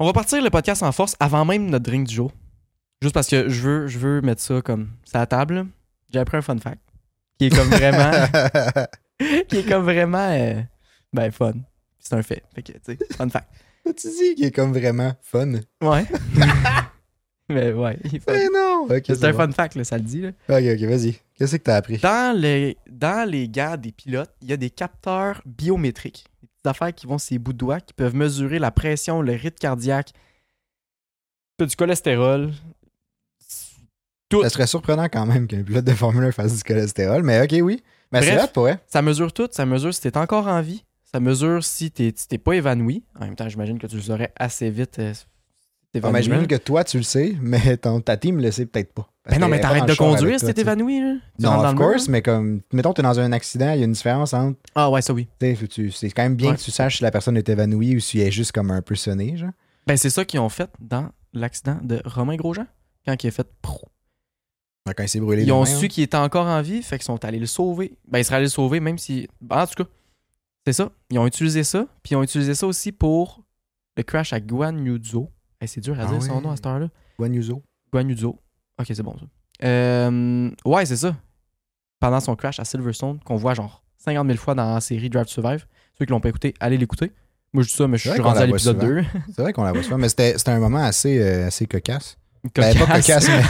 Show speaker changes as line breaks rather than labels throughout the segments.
On va partir le podcast en force avant même notre drink du jour. Juste parce que je veux, je veux mettre ça comme ça à table. J'ai appris un fun fact qui est comme vraiment, qui est comme vraiment, euh, ben fun. C'est un fait. Fait que, tu sais, fun fact.
tu dis qu'il est comme vraiment fun.
Ouais. Mais ouais, il est fun.
Mais non! Ok,
C'est un
bon.
fun fact, là, ça le dit. Là.
Ok, ok, vas-y. Qu'est-ce que t'as appris?
Dans les, dans les gars des pilotes, il y a des capteurs biométriques. Des petites affaires qui vont sur les bouts de doigts, qui peuvent mesurer la pression, le rythme cardiaque, du cholestérol.
Ça serait surprenant quand même qu'un pilote de Formule 1 fasse du cholestérol, mais ok, oui. Mais c'est
Bref.
hot, pour vrai.
Ça mesure tout. Ça mesure si t'es encore en vie. Ça mesure si t'es si t'es pas évanoui. En même temps, j'imagine que tu le saurais assez vite. euh, si t'es
Bon, ben,
évanoui,
J'imagine
là.
que toi, tu le sais, mais ton, ta team le sait peut-être pas. Parce
Ben non,
qu'elle
mais
est pas dans
t'arrêtes
le
de
char avec
conduire si
toi,
t'es
tu sais.
évanoui. là. Tu
Non,
rentres dans
of
le mur,
course,
là.
mais comme, mettons, t'es dans un accident, il y a une différence entre.
Ah ouais, ça oui.
tu sais, tu- C'est quand même bien
Ouais.
que tu saches si la personne est évanouie ou si elle est juste comme un peu sonnée, genre.
Ben c'est ça qu'ils ont fait dans l'accident de Romain Grosjean. Quand il a fait pro.
Donc, quand il s'est brûlé les
Ils ont
mains,
su
hein.
qu'il était encore en vie, fait qu'ils sont allés le sauver. Ben, ils seraient allés le sauver, même si. Ben, en tout cas, c'est ça. Ils ont utilisé ça, puis ils ont utilisé ça aussi pour le crash à Guanyuzo. Hey, c'est dur à
Ah
dire son
ouais.
nom à cette heure-là.
Guan Yuzo.
Guanyuzo. Ok, c'est bon ça. Euh, ouais, c'est ça. Pendant son crash à Silverstone, qu'on voit genre 50 000 fois dans la série Drive to Survive. Ceux qui l'ont pas écouté, allez l'écouter. Moi, je dis ça, mais je
C'est
suis
vrai
rendu
qu'on la
à
voit
l'épisode
souvent.
2.
C'est vrai qu'on la voit souvent, mais c'était c'était un moment assez, euh, assez cocasse. Ben, pas cocasse, mais-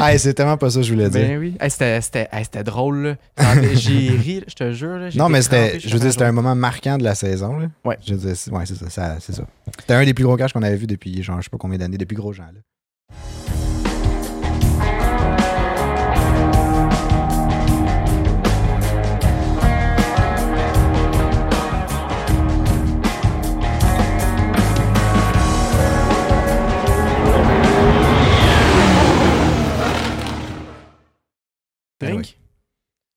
Ah, c'est tellement pas ça que je voulais dire.
Ben oui. Hey, c'était, c'était- hey, c'était drôle. là. Quand j'ai ri, je te jure. là, j'ai
Non,
été
mais
trempé
c'était, je
jusqu'à
veux dire,
la
c'était un moment marquant de la saison. Là.
Ouais.
Je veux dire, c'est- ouais, c'est ça, ça- c'est ça. C'était un des plus gros crashs qu'on avait vu depuis, genre, je sais pas combien d'années, depuis gros gens. Là.
drink.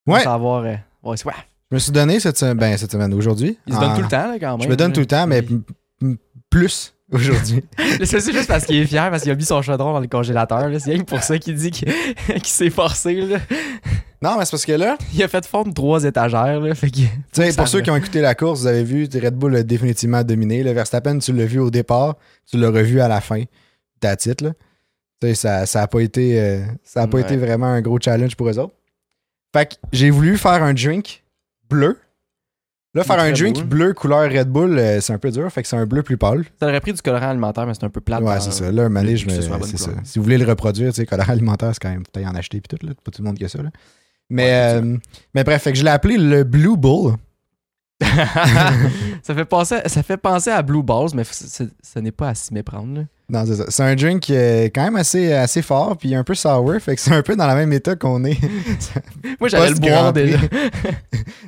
Ouais,
Pour savoir, euh, ouais, c'est- ouais.
je me suis donné cette semaine, ben, cette semaine, aujourd'hui.
Il se donne
Ah,
tout le temps, là, quand même.
Je me donne
là.
tout le temps, mais m- m- plus aujourd'hui.
Là, C'est c'est juste parce qu'il est fier, parce qu'il a mis son chaudron dans le congélateur. là. C'est rien que pour ça qu'il dit qu'il qu'il s'est forcé. là.
non, mais c'est parce que là,
Il a fait fondre trois étagères. Là, fait que-
Tu sais,
Ça
pour ceux
me-
qui ont écouté la course, vous avez vu Red Bull a définitivement dominé. Le Verstappen, tu l'as vu au départ, tu l'as revu à la fin. Ta titre, là. Tu sais, ça n'a pas, été, euh, ça a pas
Ouais.
été vraiment un gros challenge pour eux autres. Fait que j'ai voulu faire un drink bleu. Là, faire un
Red
drink
Bull.
bleu couleur Red Bull, euh, c'est un peu dur. Fait que c'est un bleu plus pâle.
Ça aurait pris du colorant alimentaire, mais c'est un peu plate. hein.
ouais,
dans-
c'est ça. Là, un moment donné,
le
je
but,
me.
Ah, que ce soit la bonne
C'est ça.
couleur.
Si vous voulez le reproduire, tu sais, colorant alimentaire, c'est quand même. Peut-être en acheter, puis tout, là. Pas tout le monde qui a ça, là. Mais,
Ouais,
euh, mais bref, fait que je l'ai appelé le Blue Bull.
ça, fait penser, ça fait penser à Blue Balls, mais f- c'est- ce n'est pas à s'y méprendre. là.
Non, c'est ça. C'est un drink euh, quand même assez, assez fort, puis un peu sour, fait que c'est un peu dans la même état qu'on est.
Moi, j'allais le
Post
boire
Grand Prix.
déjà.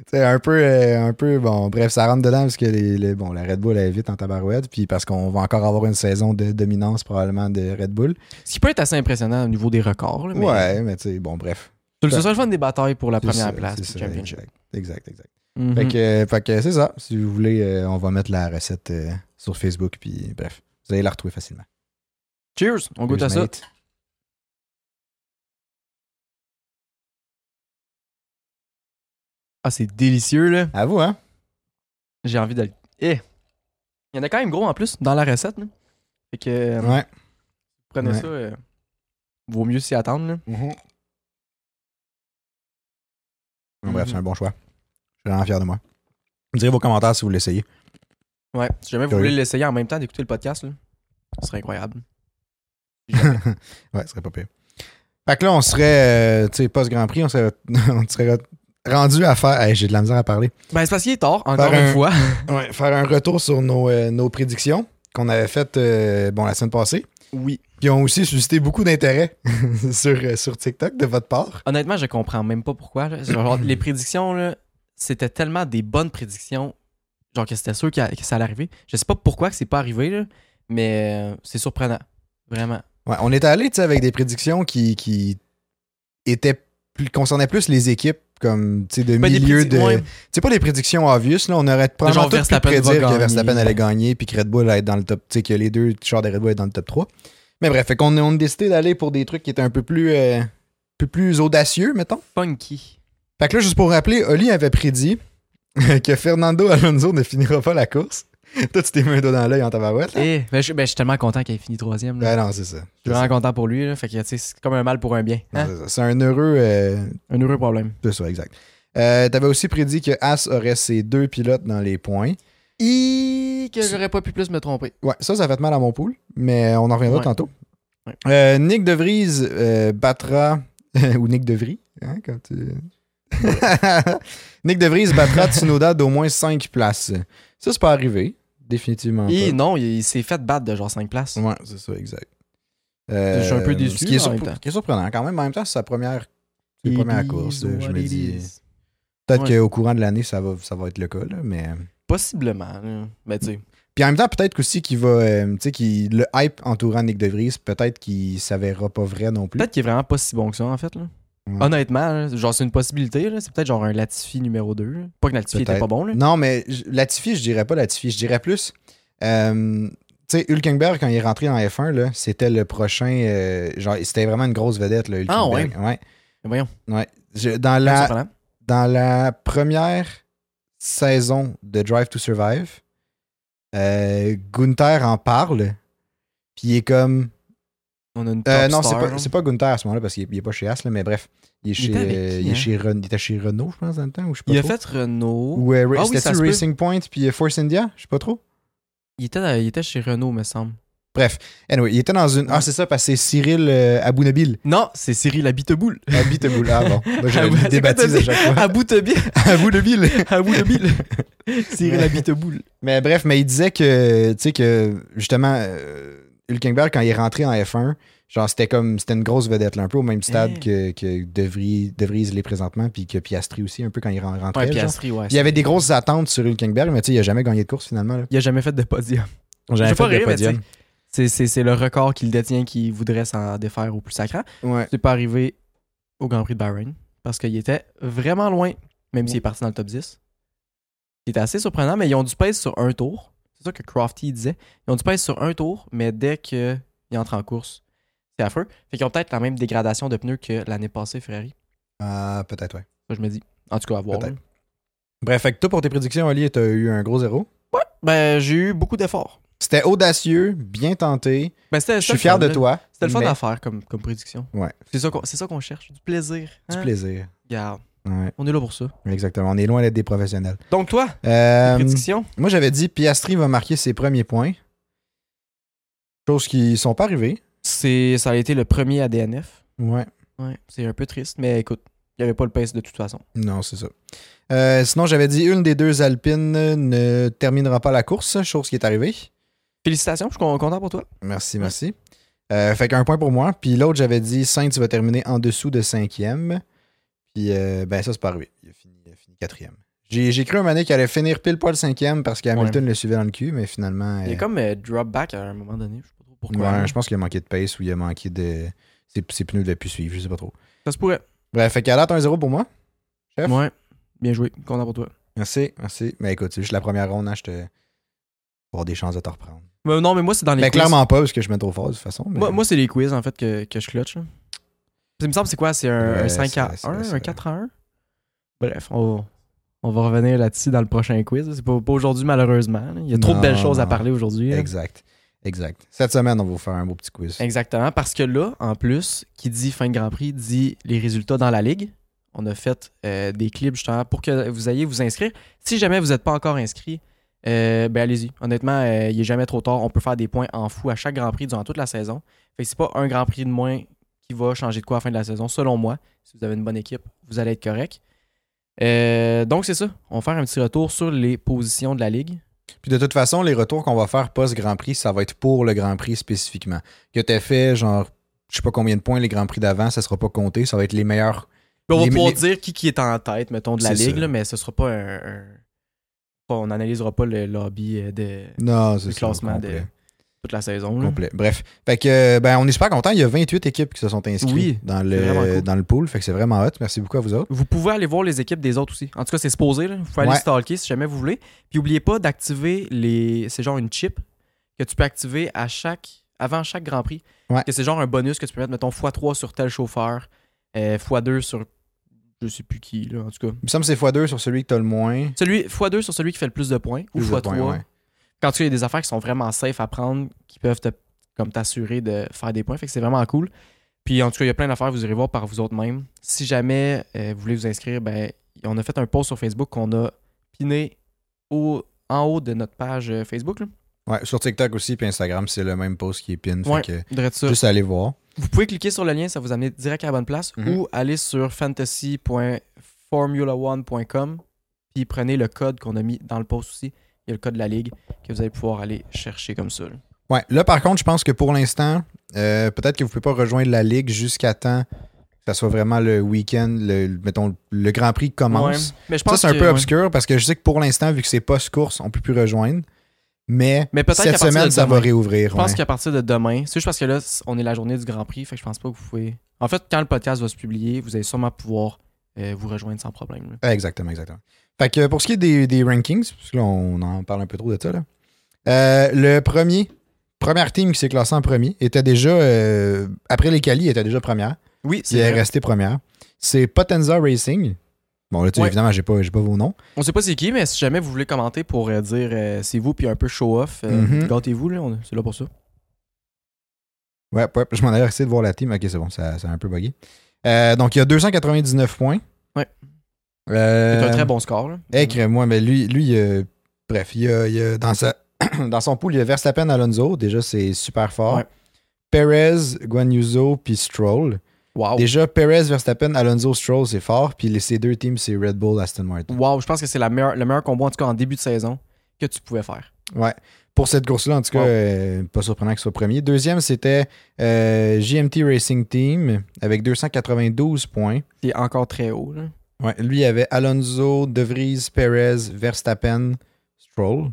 c'est un peu, euh, un peu, bon, bref, ça rentre dedans parce que les, les- bon, la Red Bull elle est vite en tabarouette, puis parce qu'on va encore avoir une saison de dominance probablement de Red Bull.
Ce qui peut être assez impressionnant au niveau des records. là, mais
Ouais, mais tu sais, bon, bref.
C'est c'est ça le fun des batailles pour la
C'est
première
ça,
place
c'est
du
ça,
championship.
Exact, exact. exact.
Mhm.
Fait que, euh, fait que c'est ça. Si vous voulez, euh, on va mettre la recette euh, sur Facebook, puis bref, vous allez la retrouver facilement.
Cheers! On goûte à ça.
Mate.
Ah, c'est délicieux, là.
À vous, hein?
J'ai envie d'aller. Eh! Il y en a quand même gros en plus dans la recette. Là. Fait que euh,
Ouais.
prenez
ouais.
ça. euh, vaut mieux s'y attendre. Là.
Mhm. Bon, Bref,
Mhm.
c'est un bon choix. Je suis vraiment fier de moi. Me direz vos commentaires si vous l'essayez.
Ouais. Si jamais vous
Curieux.
voulez l'essayer en même temps d'écouter le podcast, là, ce serait incroyable.
ouais, ce serait pas pire. Fait que là, on serait, euh, tu sais, post-Grand Prix, on serait, on serait rendu à faire. Hey, J'ai de la misère à parler.
Ben, c'est parce qu'il est tard, encore
Faire
une
un-
fois.
Ouais, faire un retour sur nos, euh, nos prédictions qu'on avait faites euh, bon, la semaine passée,
Oui.
qui ont aussi suscité beaucoup d'intérêt sur, euh, sur TikTok de votre part.
Honnêtement, je comprends même pas pourquoi. là. Genre, les prédictions, là, c'était tellement des bonnes prédictions. Genre que c'était sûr qu'il y a- que ça allait arriver. Je sais pas pourquoi que c'est pas arrivé, là, mais euh, c'est surprenant. Vraiment.
Ouais, on est allé tu sais, avec des prédictions qui, qui étaient plus, concernaient plus les équipes comme tu sais, de
Ben, des
milieu
prédic-
de.
ouais.
C'est pas les prédictions obvious, là. On aurait
genre
probablement tout pu
Verstappen va
prédire que
gagner.
Verstappen allait gagner puis que Red Bull allait être dans le top. Tu sais, que les deux chars de Red Bull allaient être dans le top 3. Mais bref, fait qu'on on a décidé d'aller pour des trucs qui étaient un peu plus, euh, un peu plus audacieux, mettons.
Funky.
Fait que là, juste pour rappeler, Oli avait prédit que Fernando Alonso ne finira pas la course. Toi, tu t'es mis un doigt dans l'œil en tabarouette. là.
Eh, ben, je, ben, je suis tellement content qu'il ait fini troisième. là.
Ben non, c'est ça.
je suis vraiment content pour lui. là. Fait que, tu sais, c'est comme un mal pour un bien.
Non,
hein?
c'est ça. C'est un heureux. euh,
Un heureux problème.
C'est ça, exact. Euh, T'avais aussi prédit que As aurait ses deux pilotes dans les points.
Et que j'aurais pas pu plus me tromper.
Ouais, ça, ça fait mal à mon pool, mais on en reviendra
Ouais.
tantôt.
Ouais.
Euh, Nick De Vries euh, battra. ou Nick De Vries, hein, quand tu- Nick De Vries battra Tsunoda d'au moins 5 places. Ça, c'est pas arrivé, définitivement.
Et
pas.
non, il, il s'est fait battre de genre 5 places.
Ouais, c'est ça, exact. Euh,
Je suis un peu déçu,
Ce qui est,
mais en même
surpre-
temps.
qui est surprenant quand même. En même temps, c'est sa première, ses
It
premières
is
courses. là,
what
je me
it
dis.
is.
Peut-être
Ouais.
qu'au courant de l'année, ça va, ça va être le cas, là, mais.
Possiblement. là. Ben, tu sais.
Puis en même temps, peut-être qu'aussi qu'il va. euh, tu sais, qu'il- le hype entourant Nick De Vries, peut-être qu'il s'avérera pas vrai non plus.
Peut-être qu'il est vraiment pas si bon que ça, en fait. Là.
Ouais.
Honnêtement, là, genre, c'est une possibilité. là. C'est peut-être genre un Latifi numéro 2. là. Pas que Latifi était
Peut-être.
pas bon. Là.
Non, mais j- Latifi, je dirais pas Latifi. Je dirais plus. euh, tu sais, Hülkenberg, quand il est rentré dans F1, là, c'était le prochain. euh, genre, c'était vraiment une grosse vedette, là,
Ah,
Hülkenberg. ouais.
Mais Voyons.
Je- dans,
c'est
la,
surprenant.
dans la première saison de Drive to Survive, euh, Gunther en parle. Puis il est comme.
On a une top
Euh, non, c'est
star,
pas,
là.
c'est pas Gunther à ce moment-là parce qu'il il est pas chez As, là, mais bref. Il est
Il
chez,
était avec
euh,
qui,
il est
hein?
chez Ren- il était chez Renault, je pense, dans le temps, ou je sais pas
Il a
trop.
fait Renault.
Ou euh,
Ah oui,
c'était-tu
ça se peut.
Racing Point puis euh, Force India, je sais pas trop.
Il, était, il était chez Renault, me semble.
Anyway, il était dans une. Ah, c'est ça, parce que c'est Cyril euh, Abounabil.
Non, c'est Cyril Abiteboul.
Abiteboul. Ah bon. Moi, je
Ah,
le
c'est
débaptise à
quoi Ah.
chaque fois.
Aboutebil.
Abounabil.
Aboutebil. Cyril
Mais-
Abiteboul.
Mais bref, mais il disait que, tu sais, que justement, euh, Hülkenberg, quand il est rentré en F1, genre, c'était comme, c'était une grosse vedette, là, un peu au même stade
Hein.
que, que de, Vries, De Vries l'est présentement, puis que Piastri aussi, un peu quand il ren- rentrait.
Ouais,
genre.
Piastri, ouais.
Il y avait des grosses attentes sur Hülkenberg, mais tu sais, il n'a jamais gagné de course finalement. Là.
Il a jamais fait de podium.
Jamais
veux pas
fait de
rire, mais
podium.
C'est- C'est c'est le record qu'il détient qui voudrait s'en défaire au plus sacré.
Ouais.
C'est pas arrivé au Grand Prix de Bahreïn parce qu'il était vraiment loin, même s'il est parti dans le top 10. C'était assez surprenant, mais ils ont dû pèse sur un tour. C'est ça que Crofty disait. Ils ont dû pèse sur un tour, mais dès qu'il entre en course, c'est affreux. Fait qu'ils ont peut-être la même dégradation de pneus que l'année passée, Ferrari.
Ah, peut-être, ouais.
Ça, je me dis. En tout cas, à voir.
Peut-être. Bref, fait que toi, pour tes prédictions, Oli, tu as eu un gros zéro.
là. Ben, j'ai eu beaucoup d'efforts.
C'était audacieux, bien tenté.
Ben, c'était-
Je
c'était
suis
le
fier
fun,
de
là.
toi.
C'était le fun
mais
à faire comme, comme prédiction.
Ouais.
C'est ça qu'on c'est ça qu'on cherche, du plaisir.
Du
hein.
plaisir.
Regarde,
Ouais,
on est là pour ça.
exactement. On est loin d'être des professionnels.
Donc toi,
Euh,
prédiction,
moi, j'avais dit Piastri va marquer ses premiers points. Chose qui sont pas arrivées.
c'est ça a été le premier ADNF.
Ouais.
Ouais, c'est un peu triste, mais écoute, il n'y avait pas le pace de toute façon.
Non, c'est ça. Euh, sinon, j'avais dit une des deux Alpines ne terminera pas la course, chose qui est arrivée.
Félicitations, je suis con- content pour toi.
Merci,
Ouais.
merci. Euh, fait qu'un point pour moi. Puis l'autre, j'avais dit Sainz va terminer en dessous de cinquième. Puis euh, ben ça, c'est pas arrivé. Il a fini, il a fini quatrième. J'ai, j'ai cru un moment qu'il allait finir pile poil cinquième parce qu'Hamilton le suivait dans le cul, mais finalement.
Il y
euh,
a comme hein? euh, drop back à un moment donné, je sais pas trop pourquoi.
ouais, je pense qu'il a manqué de pace ou il a manqué de. Ses, ses pneus devaient plus suivre, je sais pas trop.
Ça se pourrait.
Bref, fait qu'à date, 1-0 pour moi. Bref.
Ouais. Bien joué, content pour toi.
Merci, merci. Mais écoute, c'est juste la première ronde, hein, je te. pour avoir des chances de te reprendre.
Mais non, mais moi c'est dans les
Mais
quiz.
Ben, clairement pas parce que je mets trop fort de toute façon. mais-
Moi, moi, c'est les quiz en fait que, que je clutch. là. Ça me semble c'est quoi C'est un, un
Ouais,
5 à
c'est vrai, c'est
1,
vrai,
un
c'est
4 à 1 Bref, on va, on va revenir là-dessus dans le prochain quiz. C'est pas, pas aujourd'hui malheureusement. là. Il y a trop
Non,
de belles choses à
non.
parler aujourd'hui. là.
Exact. Exact. Cette semaine, on va vous faire un beau petit quiz.
Exactement, parce que là, en plus, qui dit fin de Grand Prix dit les résultats dans la ligue. On a fait euh, des clips justement pour que vous ayez vous inscrire. Si jamais vous n'êtes pas encore inscrit, euh, ben allez-y. Honnêtement, euh, il n'est jamais trop tard. On peut faire des points en fou à chaque Grand Prix durant toute la saison. Fait que c'est pas un Grand Prix de moins qui va changer de quoi à la fin de la saison. Selon moi, si vous avez une bonne équipe, vous allez être correct. Euh, donc c'est ça. On va faire un petit retour sur les positions de la ligue.
Puis de toute façon, les retours qu'on va faire post-Grand Prix, ça va être pour le Grand Prix spécifiquement. Que t'aies fait, genre, je sais pas combien de points les Grands Prix d'avant, ça sera pas compté, ça va être les meilleurs.
Puis on va
Les-
pouvoir
les-
dire qui, qui est en tête, mettons, de la
C'est
ligue,
ça.
là, mais ce sera pas un. un- pas- on n'analysera pas le lobby euh, de,
Non, c'est
du
ça,
classement
complet,
de toute la saison. là.
complet. Bref. Fait que, euh, ben, on est super content. Il y a 28 équipes qui se sont inscrites
Oui,
dans,
c'est vraiment
le,
cool.
dans le pool. Fait que c'est vraiment hot. Merci beaucoup à vous autres.
Vous pouvez aller voir les équipes des autres aussi. En tout cas, c'est supposé. Là. Vous pouvez aller
Ouais.
stalker si jamais vous voulez. Puis n'oubliez pas d'activer les. C'est genre une chip que tu peux activer à chaque. avant chaque Grand Prix.
Ouais.
Que c'est genre un bonus que tu peux mettre, mettons, x3 sur tel chauffeur, euh, x2 sur. Je sais plus qui, là, en tout cas.
Il me semble que c'est x2 sur celui que t'as le moins.
Celui, x2 sur celui qui fait le plus de points, ou
Plus de
x3
points, ouais.
quand tu as des affaires qui sont vraiment safe à prendre, qui peuvent te, comme t'assurer de faire des points. Fait que c'est vraiment cool. Puis en tout cas, il y a plein d'affaires, vous irez voir par vous autres même. Si jamais euh, vous voulez vous inscrire, ben on a fait un post sur Facebook qu'on a piné au, en haut de notre page euh, Facebook. Là.
Ouais, sur TikTok aussi, puis Instagram, c'est le même post qui est pin.
Ouais,
Fait
drette
que
ça.
juste aller voir.
Vous pouvez cliquer sur le lien, ça va vous amène direct à la bonne place,
Mhm.
ou aller sur fantasy.formula1.com, puis prenez le code qu'on a mis dans le post aussi. Il y a le code de la ligue que vous allez pouvoir aller chercher comme ça. là.
Ouais, là par contre, je pense que pour l'instant, euh, peut-être que vous pouvez pas rejoindre la ligue jusqu'à temps que ça soit vraiment le week-end, le, le- mettons le Grand Prix commence.
Ouais. Mais je
Ça
pense
c'est un
que-
peu
ouais.
obscur parce que je sais que pour l'instant, vu que c'est post-course, on peut plus rejoindre. Mais,
Mais peut-être qu'à
cette
partir
semaine,
de
ça va
demain.
réouvrir.
Je pense
ouais.
qu'à partir de demain, c'est juste parce que là, c- on est la journée du Grand Prix, fait que je pense pas que vous pouvez. En fait, quand le podcast va se publier, vous allez sûrement pouvoir euh, vous rejoindre sans problème. là.
Ouais, Exactement, exactement. Fait que pour ce qui est des, des rankings, parce que là, on en parle un peu trop de ça, là. Euh, le premier, première team qui s'est classée en premier, était déjà, euh, après les qualis, était déjà première.
Oui,
Il
c'est
est
vrai.
resté première. C'est Potenza Racing. Bon, là, tu sais,
Ouais.
évidemment, j'ai pas, j'ai pas vos noms.
On sait pas c'est qui, mais si jamais vous voulez commenter pour euh, dire euh, c'est vous puis un peu show off, euh,
Mhm.
gâtez-vous, là, on- c'est là pour ça.
Ouais, ouais, je m'en avais essayé de voir la team. Ok, c'est bon, ça, ça a un peu bugué. Euh, donc, il y a 299 points.
Ouais.
Euh,
C'est un très bon score. là.
Eh, crée-moi, mais lui, lui euh, bref, il y a, il y a- dans, sa, dans son pool, il y a Verstappen, Alonso. Déjà, c'est super fort.
Ouais.
Perez, Guanyuso, puis Stroll.
Wow.
Déjà, Perez, Verstappen, Alonso, Stroll, c'est fort. Puis les- ces deux teams, c'est Red Bull, Aston Martin.
Wow, je pense que c'est la meilleure, le meilleur combo, en tout cas en début de saison, que tu pouvais faire.
Ouais. Pour cette course-là, en tout cas,
Wow.
euh, pas surprenant qu'il soit premier. Deuxième, c'était euh, GMT Racing Team avec 292 points.
C'est encore très haut. là.
Ouais, lui, il y avait Alonso, De Vries, Perez, Verstappen, Stroll.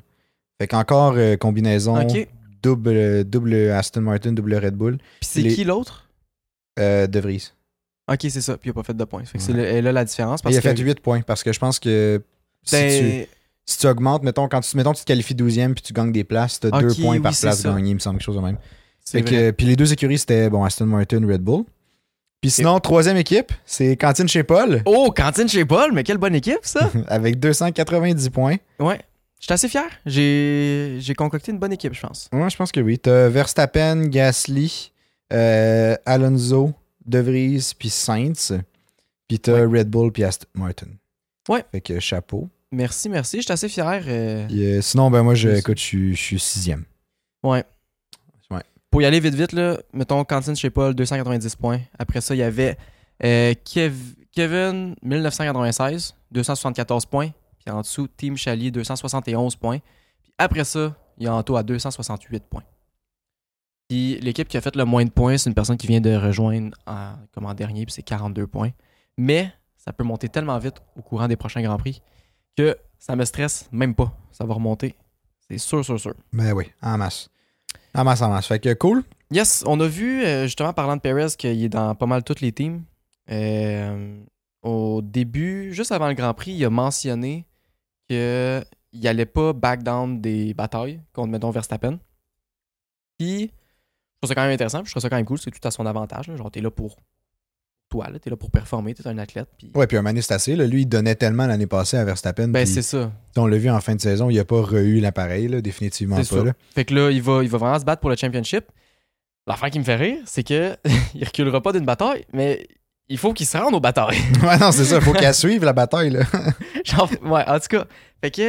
Fait qu'encore euh, combinaison
Ok.
double, euh, double Aston Martin, double Red Bull.
Puis c'est
Les-
qui l'autre
Euh, de Vries.
Ok, c'est ça. Puis il a pas fait de points. Fait que c'est
Ouais.
le- et là la différence.
Mais
Parce
il a fait
que,
8 points parce que je pense que si, tu,
Ben,
si tu augmentes, mettons, quand tu, mettons, tu te qualifies 12e puis tu gagnes des places, tu as
Ok,
2 points
oui,
par
c'est
place
ça.
gagnée, il me semble, quelque chose de même.
c'est
Fait
vrai.
que, puis les deux écuries, c'était bon, Aston Martin, Red Bull. Puis sinon, troisième équipe, c'est Cantine chez Paul
Oh, cantine chez Paul, mais quelle bonne équipe ça
avec 290 points.
Ouais. J'étais assez fier. J'ai j'ai concocté une bonne équipe, je pense.
Ouais, je pense que oui. T'as Verstappen, Gasly, euh, Alonso, De Vries, puis Sainz. Puis t'as Red Bull, puis Aston Martin.
Ouais.
Fait que chapeau.
Merci, merci. J'étais assez fier. euh,
Puis, euh, sinon, ben moi, je,
Merci.
écoute, je, suis- je suis sixième.
Ouais.
Ouais.
Pour y aller vite, vite, là, mettons cantine chez Paul, 290 points. Après ça, il y avait euh, Kev- Kevin, 1996, 274 points. Puis en dessous, Team Chalier, 271 points. Puis après ça, il y a Anto à 268 points. Puis l'équipe qui a fait le moins de points, c'est une personne qui vient de rejoindre en, comme en dernier, puis c'est 42 points. Mais ça peut monter tellement vite au courant des prochains Grands Prix que ça me stresse même pas. Ça va remonter. C'est sûr, sûr, sûr.
Ben oui, en masse. En masse, en masse. Fait que cool.
Yes, on a vu, euh, justement, parlant de Perez, qu'il est dans pas mal toutes les teams. Euh, au début, juste avant le Grand Prix, il a mentionné qu'il n'allait pas back down des batailles contre, mettons, Verstappen. Puis, je trouve ça quand même intéressant, puis je trouve ça quand même cool, c'est tout à son avantage. là. Genre, t'es là pour toi, là, t'es là pour performer, t'es un athlète. Puis...
Ouais, puis un maniste assez. Là, lui, il donnait tellement l'année passée à Verstappen.
ben,
puis-
c'est ça.
On l'a vu en fin de saison, il n'a pas reçu l'appareil, là, définitivement
C'est
pas.
ça.
là.
Fait que là, il va, il va vraiment se battre pour le championship. L'affaire qui me fait rire, c'est que il reculera pas d'une bataille, mais il faut qu'il se rende aux batailles.
ouais, non, c'est ça, il faut qu'elle suive la bataille. Là.
Genre, ouais, en tout cas. Fait que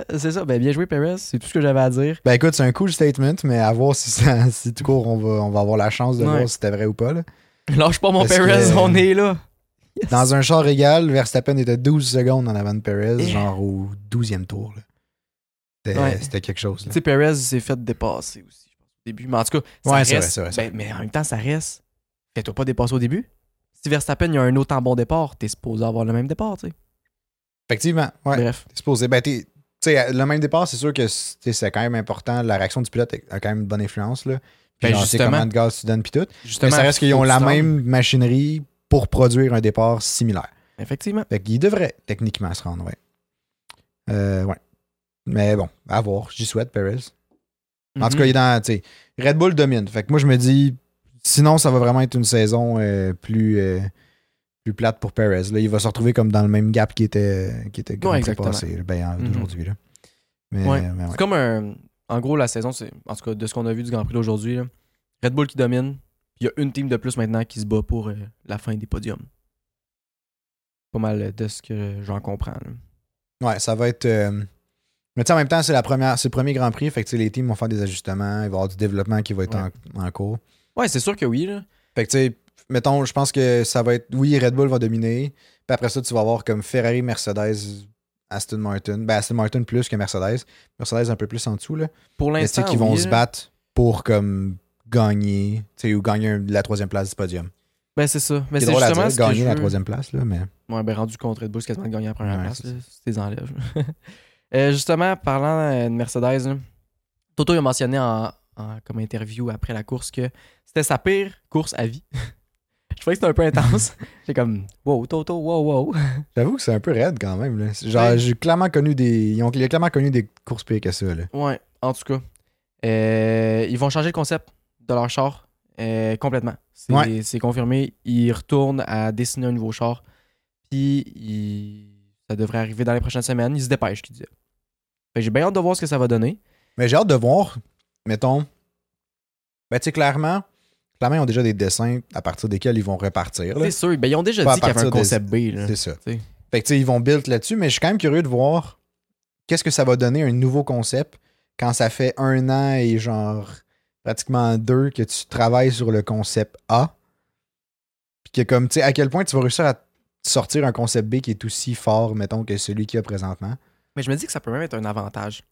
euh, c'est ça. Ben, bien joué, Perez. C'est tout ce que j'avais à dire.
Ben écoute, c'est un cool statement, mais à voir si, ça, si tout court, on va, on va avoir la chance de
Ouais.
voir si c'était vrai ou pas. là.
Lâche pas mon
Parce
Perez,
que-
on est là. Yes.
Dans un char égal, Verstappen était 12 secondes en avant de Perez,
Eh.
genre au 12e tour. là. C'était
Ouais.
c'était quelque chose.
Tu
là.
sais, Perez s'est fait dépasser aussi, je pense, au début. Mais en tout cas, ça
Ouais, c'est vrai,
reste.
c'est vrai, c'est
ben, mais en même temps, ça reste. Fais-toi pas dépasser au début. Si Verstappen, il y a un autre en bon départ, t'es supposé avoir le même départ, tu sais.
Effectivement, ouais.
Bref.
T'es supposé. Ben, t'es- tu sais, le même départ, c'est sûr que c'est c'est quand même important. La réaction du pilote a quand même une bonne influence. Là. Puis
Ben,
genre, tu sais
justement.
comment de gaz tu donnes, puis tout.
Justement,
Mais ça reste qu'ils
faut
ont
que
la
tu te rendes.
même machinerie pour produire un départ similaire.
Effectivement.
Fait qu'il devrait techniquement se rendre, ouais. Euh, ouais. Mais bon, à voir. J'y souhaite, Perez. En
Mhm.
tout cas, il est dans. tu sais, Red Bull domine. Fait que moi, je me dis, sinon, ça va vraiment être une saison euh, plus, euh, plus plate pour Perez. Là, il va se retrouver comme dans le même gap qui était, qui était Grand Prix
exactement.
passé, ben, en-
Mhm.
d'aujourd'hui. là. Mais,
Ouais.
mais ouais.
C'est comme un. En gros, la saison, c'est. En tout cas, de ce qu'on a vu du Grand Prix d'aujourd'hui, là, Red Bull qui domine. Puis il y a une team de plus maintenant qui se bat pour euh, la fin des podiums. Pas mal de ce que j'en comprends. là.
Ouais, ça va être. euh, Mais tu sais, en même temps, c'est la première, c'est le premier Grand Prix. Fait que tu sais, les teams vont faire des ajustements. Il va y avoir du développement qui va être
Ouais.
en, en cours.
Ouais, c'est sûr que oui. Là.
Fait que tu sais, mettons, je pense que ça va être. Oui, Red Bull va dominer. Puis après ça, tu vas avoir comme Ferrari, Mercedes, Aston Martin. Ben, Aston Martin plus que Mercedes. Mercedes un peu plus en dessous, là.
Pour
Mais tu
l'instant.
sais, qui vont
oui, hein.
se
là.
battre pour comme gagner, tu sais, ou gagner un- la troisième place du podium.
Ben, c'est ça. Mais
C'est
c'est
drôle à
justement
dire,
ce que
gagner
je
la
veux.
troisième place, là, mais.
Ouais, ben rendu contre Red Bull, c'est quasiment de gagner la première
Ouais,
place.
c'est
là, si tu les enlèves. Euh, justement, parlant euh, de Mercedes, là, Toto il a mentionné en, en- comme interview après la course que c'était sa pire course à vie. je trouvais que c'était un peu intense. J'ai comme, wow, Toto, wow, wow.
J'avoue que c'est un peu raide quand même. Là. Genre,
Ouais.
j'ai clairement connu des. Ils ont, il a clairement connu des courses pires que ça. Là.
Ouais, en tout cas. Euh, ils vont changer le concept de leur char euh, complètement. C'est
Ouais.
c'est confirmé. Ils retournent à dessiner un nouveau char. Puis ils- ça devrait arriver dans les prochaines semaines. Ils se dépêchent, tu disais. Fait que J'ai bien hâte de voir ce que ça va donner.
Mais j'ai hâte de voir, mettons. Ben, tu sais, clairement, clairement, ils ont déjà des dessins à partir desquels ils vont repartir. là.
C'est sûr. Ben, ils ont déjà
Pas à
dit qu'il y avait un
partir des-
concept B. là.
C'est ça.
sais.
Fait que, tu sais, ils vont build là-dessus, mais je suis quand même curieux de voir qu'est-ce que ça va donner un nouveau concept quand ça fait un an et genre pratiquement deux que tu travailles sur le concept A. Puis que, comme, tu sais, à quel point tu vas réussir à sortir un concept B qui est aussi fort, mettons, que celui qu'il y a présentement.
Mais je me dis que ça peut même être un avantage.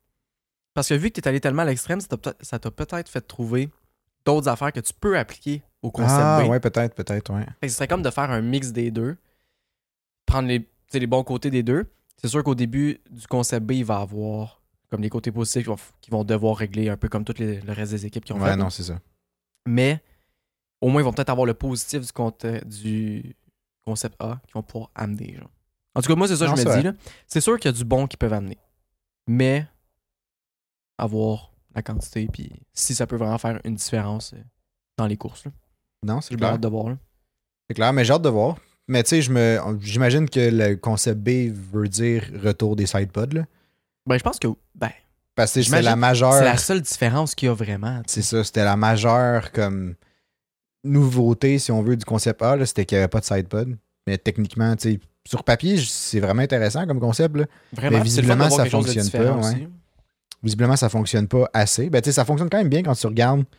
Parce que vu que tu es allé tellement à l'extrême, ça t'a peut- ça t'a peut-être fait trouver d'autres affaires que tu peux appliquer au concept
ah,
B.
ouais, peut-être, peut-être, ouais.
Fait que ce serait comme de faire un mix des deux, prendre les, tu sais, les bons côtés des deux. C'est sûr qu'au début du concept B, il va avoir comme les côtés positifs qui vont, f- qui vont devoir régler un peu comme tout les- le reste des équipes qui ont
Ouais,
fait. hein?
non, c'est ça.
Mais au moins, ils vont peut-être avoir le positif du, conte- du concept A qu'ils vont pouvoir amener. genre. En tout cas, moi, c'est ça que
Non,
je me
c'est
dis. là. C'est sûr qu'il y a du bon qu'ils peuvent amener. Mais avoir la quantité, puis si ça peut vraiment faire une différence euh, dans les courses. là.
Non, c'est
J'ai bien
clair.
hâte de voir. là.
C'est clair, mais j'ai hâte de voir. Mais tu sais, je me- j'imagine que le concept B veut dire retour des sidepods, là.
Ben, je pense que ben,
Parce que c'est
J'imagine
la
C'est
majeure.
la seule différence qu'il y a vraiment. tu sais.
C'est ça, c'était la majeure comme nouveauté, si on veut, du concept A, là, c'était qu'il n'y avait pas de sidepod. Mais techniquement, tu sais, sur papier, j- c'est vraiment intéressant comme concept. là.
Vraiment, c'est le
Mais
fun
visiblement,
d'avoir
ça
quelque chose de
fonctionne
différent
pas, ouais.
aussi.
Visiblement, ça fonctionne pas assez. Ben, tu sais, ça fonctionne quand même bien quand tu regardes. tu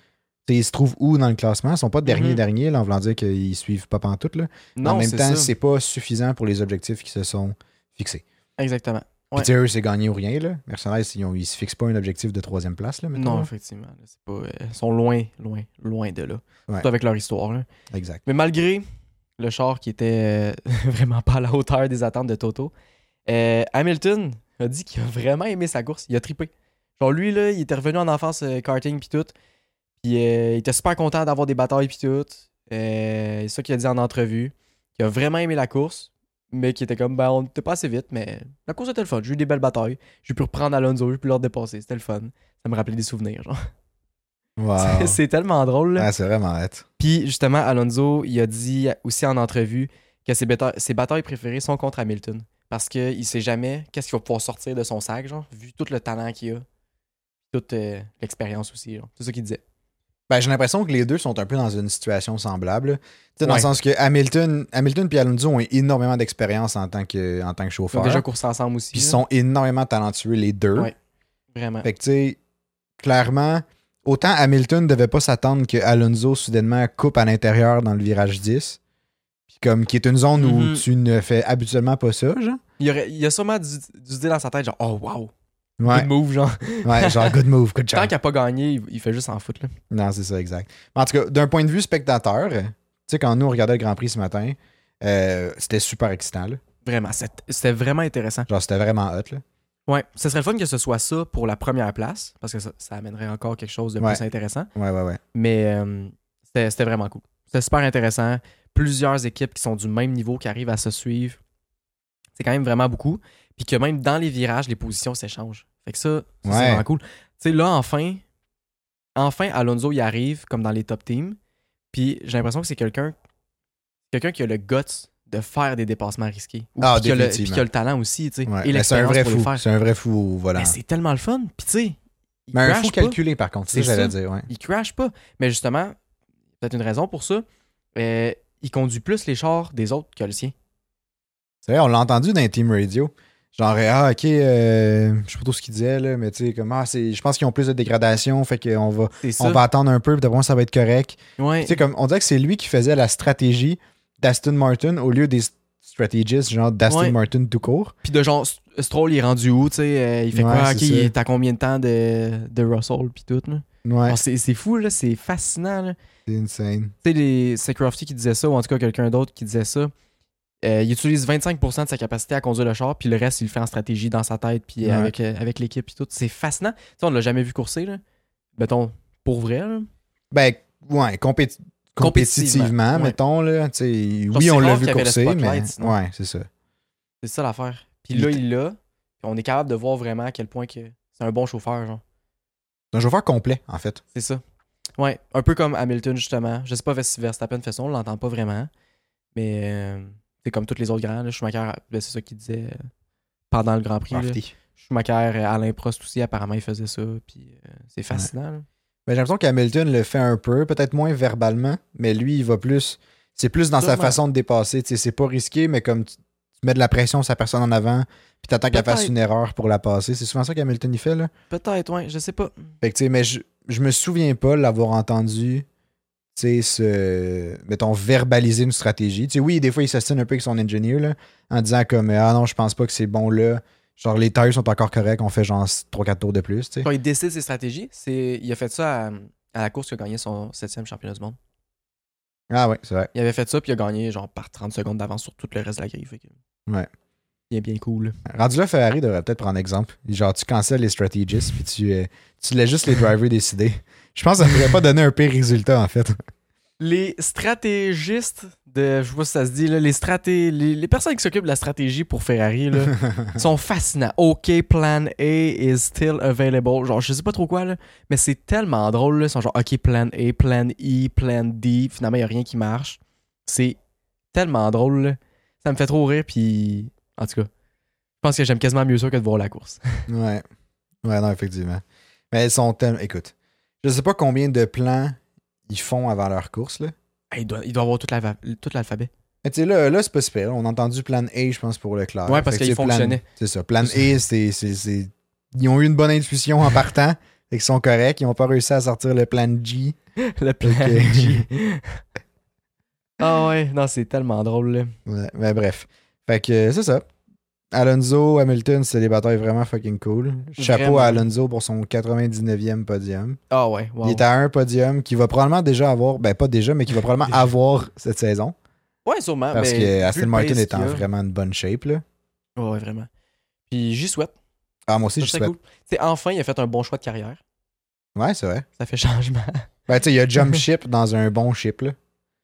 sais, Ils se trouvent où dans le classement? Ils sont pas derniers
Mhm.
derniers, là, en voulant dire qu'ils suivent pas pantoute. Là.
Non,
en même
c'est
temps,
ça.
c'est pas suffisant pour les objectifs qui se sont fixés.
Exactement.
Puis
Ouais.
tu sais, eux, c'est gagné ou rien. Là. Mercenaires, ils, ont- ils se fixent pas un objectif de troisième place. Là, mettons,
Non,
là.
effectivement. là, c'est pas, euh, ils sont loin, loin, loin de là.
Ouais.
Surtout avec leur histoire. là.
Exact.
Mais malgré le char qui était euh, vraiment pas à la hauteur des attentes de Toto, euh, Hamilton a dit qu'il a vraiment aimé sa course. Il a tripé. Genre, lui, là, il était revenu en enfance euh, karting puis tout. Puis euh, il était super content d'avoir des batailles puis tout. Euh, c'est ça qu'il a dit en entrevue. Qu'il a vraiment aimé la course, mais qu'il était comme, ben, on n'était pas assez vite, mais la course était le fun. J'ai eu des belles batailles. J'ai pu reprendre Alonso, j'ai pu leur dépasser. C'était le fun. Ça me rappelait des souvenirs. genre.
Wow.
C'est tellement drôle. Là.
Ah, c'est vraiment hâte.
Puis justement, Alonso, il a dit aussi en entrevue que ses, bata- ses batailles préférées sont contre Hamilton. Parce qu'il sait jamais qu'est-ce qu'il va pouvoir sortir de son sac, genre, vu tout le talent qu'il a. Toute euh, l'expérience aussi, genre. C'est ça qu'il disait.
Ben, j'ai l'impression que les deux sont un peu dans une situation semblable. Tu sais, Dans
Ouais.
le sens que Hamilton, Hamilton et Alonso ont énormément d'expérience en tant que, en tant que
Ils ont
chauffeur.
déjà coursé ensemble aussi.
Puis ils
là.
sont énormément talentueux les deux.
Ouais. Vraiment.
Fait que tu sais, clairement, autant Hamilton devait pas s'attendre que Alonso soudainement coupe à l'intérieur dans le virage 10. Puis comme qui est une zone
Mhm.
où tu ne fais habituellement pas ça, genre.
Il, y aurait- il y a sûrement dû, dû se dire dans sa tête, genre, oh wow,
Ouais,
good move, genre.
ouais, genre good move, good job.
Tant qu'il n'a pas gagné, il, il fait juste en foot, là.
Non, c'est ça, exact. Mais en tout cas, d'un point de vue spectateur, tu sais, quand nous on regardait le Grand Prix ce matin, euh, c'était super excitant. Là.
Vraiment, c'est- c'était vraiment intéressant.
Genre, c'était vraiment hot. Là.
Ouais, ce serait le fun que ce soit ça pour la première place, parce que ça, ça amènerait encore quelque chose de plus
Ouais.
intéressant.
Ouais, ouais, ouais.
Mais euh, c'était c'était vraiment cool. C'était super intéressant. Plusieurs équipes qui sont du même niveau qui arrivent à se suivre. C'est quand même vraiment beaucoup. Puis que même dans les virages, les positions s'échangent. Fait que ça, ça, c'est
Ouais.
vraiment cool. Tu sais, là, enfin, enfin, Alonso, il arrive comme dans les top teams. Puis j'ai l'impression que c'est quelqu'un quelqu'un qui a le guts de faire des dépassements risqués. Ou
Ah,
puis qui a le- puis
définitivement.
qui a le talent aussi, tu sais.
Ouais.
Et
Mais c'est un
l'expérience
vrai
pour le
fou.
faire.
C'est un vrai fou au volant.
Mais c'est tellement le fun. Puis tu sais, il
Mais un
crash
fou
pas.
calculé, par contre, c'est
C'est
ça j'allais
ça.
dire, ouais.
il crash pas. Mais justement, peut-être une raison pour ça, euh, il conduit plus les chars des autres que le sien.
C'est vrai, on l'a entendu dans les Team Radio. Genre, ah, ok, euh, je sais pas trop ce qu'il disait, là, mais tu sais, comme, ah, c'est- je pense qu'ils ont plus de dégradation, fait qu'on va,
C'est ça.
on va attendre un peu, puis d'après moi, ça va être correct.
Ouais.
Tu sais, comme, on dirait que c'est lui qui faisait la stratégie d'Aston Martin au lieu des stratégistes, genre d'Aston
Ouais.
Martin tout court.
Puis de genre, St- Stroll, il est rendu où, tu sais, euh, il fait
Ouais,
quoi,
c'est
ok,
ça.
il est à combien de temps de, de Russell, puis tout, là.
Ouais,
Ah, c'est c'est fou, là, c'est fascinant, là.
c'est insane.
Tu sais, les- c'est Crafty qui disait ça, ou en tout cas quelqu'un d'autre qui disait ça. Euh, il utilise 25% de sa capacité à conduire le char, puis le reste, il le fait en stratégie dans sa tête, puis
Ouais.
avec, euh, avec l'équipe, puis tout. C'est fascinant. Tu sais, on l'a jamais vu courser, là. Mettons, pour vrai, là.
Ben, ouais, compéti-
Compétitivement,
compétitivement,
ouais.
mettons, là, tu sais,
c'est
oui, on l'a
rare
vu
qu'il y avait le
courser, mais,
spotlight, sinon.
ouais, c'est ça.
C'est ça l'affaire. Puis
Il
là,
était-
il l'a. Puis on est capable de voir vraiment à quel point que c'est un bon chauffeur, genre.
C'est un chauffeur complet, en fait.
C'est ça. Ouais, un peu comme Hamilton, justement. Je sais pas si Verstappen fait ça, on l'entend pas vraiment. Mais euh, c'est comme tous les autres grands. Là, Schumacher, ben, c'est ça qu'il disait euh, pendant le Grand Prix. là.
Crafty.
Schumacher, euh, Alain Prost aussi, apparemment, il faisait ça. Puis euh, c'est fascinant. là.
Ben, j'ai l'impression qu'Hamilton le fait un peu, peut-être moins verbalement, mais lui, il va plus. C'est plus dans sa
Sûrement.
façon de dépasser. tu sais, C'est pas risqué, mais comme tu, tu mets de la pression sur la personne en avant, puis t'attends qu'elle fasse
Peut-être.
une erreur pour la passer. C'est souvent ça qu'Hamilton il fait, là.
Peut-être, ouais, je sais pas.
Fait que, tu sais, mais je, je me souviens pas l'avoir entendu, tu sais, se. Mettons, verbaliser une stratégie. Tu sais, oui, des fois, il s'assine un peu avec son ingénieur, là, en disant comme, ah non, je pense pas que c'est bon, là. Genre, les tailles sont encore correctes, on fait genre 3-4 tours de plus, tu sais.
Quand il décide ses stratégies, c'est il a fait ça à, à la course qui a gagné son septième championnat du monde.
Ah ouais, c'est vrai.
Il avait fait ça, puis il a gagné genre par 30 secondes d'avance sur tout le reste de la grille. Fait que...
Ouais.
Bien, bien cool.
Rendu là, Ferrari devrait peut-être prendre exemple. Genre, tu cancelles les strategists, puis tu, euh, tu laisses juste les drivers décider. Je pense que ça ne pourrait pas donner un pire résultat, en fait.
Les stratégistes de. Je sais pas si ça se dit, là, les, straté- les, les personnes qui s'occupent de la stratégie pour Ferrari là, sont fascinants. OK, plan A is still available. Genre, je sais pas trop quoi, là, mais c'est tellement drôle. Là, ils sont genre OK, plan A, plan E, plan D. Finalement, il a rien qui marche. C'est tellement drôle. là. Ça me fait trop rire, puis. En tout cas, je pense que j'aime quasiment mieux ça que de voir la course.
ouais. Ouais, non, effectivement. Mais elles sont tellement. Écoute, je sais pas combien de plans ils font avant leur course, là.
Hey, Ah, Il doit, il doit avoir toute la va- tout l'alphabet.
Mais tu sais, là, là c'est pas super. On a entendu plan A, je pense, pour le clair.
Ouais, parce
Fait que
qu'il
tu sais, plan-
fonctionnait.
C'est ça. Plan A, c'est. c'est- c'est- Ils ont eu une bonne intuition en partant. Fait qu'ils sont corrects. Ils n'ont pas réussi à sortir le plan G.
Le plan
Ok.
G. Ah ouais, non, c'est tellement drôle. Là.
Ouais, mais bref. Fait que euh, c'est ça. Alonso, Hamilton, c'est des batailles vraiment fucking cool. Chapeau
Vraiment.
à Alonso pour son 99e podium.
Ah ouais, wow.
Il est à un podium qu'il va probablement déjà avoir, ben pas déjà, mais qu'il va probablement avoir cette saison.
Ouais, sûrement.
Parce
Ah, mais
que
vu
Aston
le
Martin
pace
est
qu'il
en
a-
vraiment une bonne shape. Là.
Ouais, ouais, vraiment. Puis j'y souhaite.
Ah, moi aussi,
Ça,
je
C'est
souhaite.
cool. T'sais, enfin, il a fait un bon choix de carrière.
Ouais, c'est vrai.
Ça fait changement.
Ben, tu sais, il y a Jump Ship dans un bon ship. Là.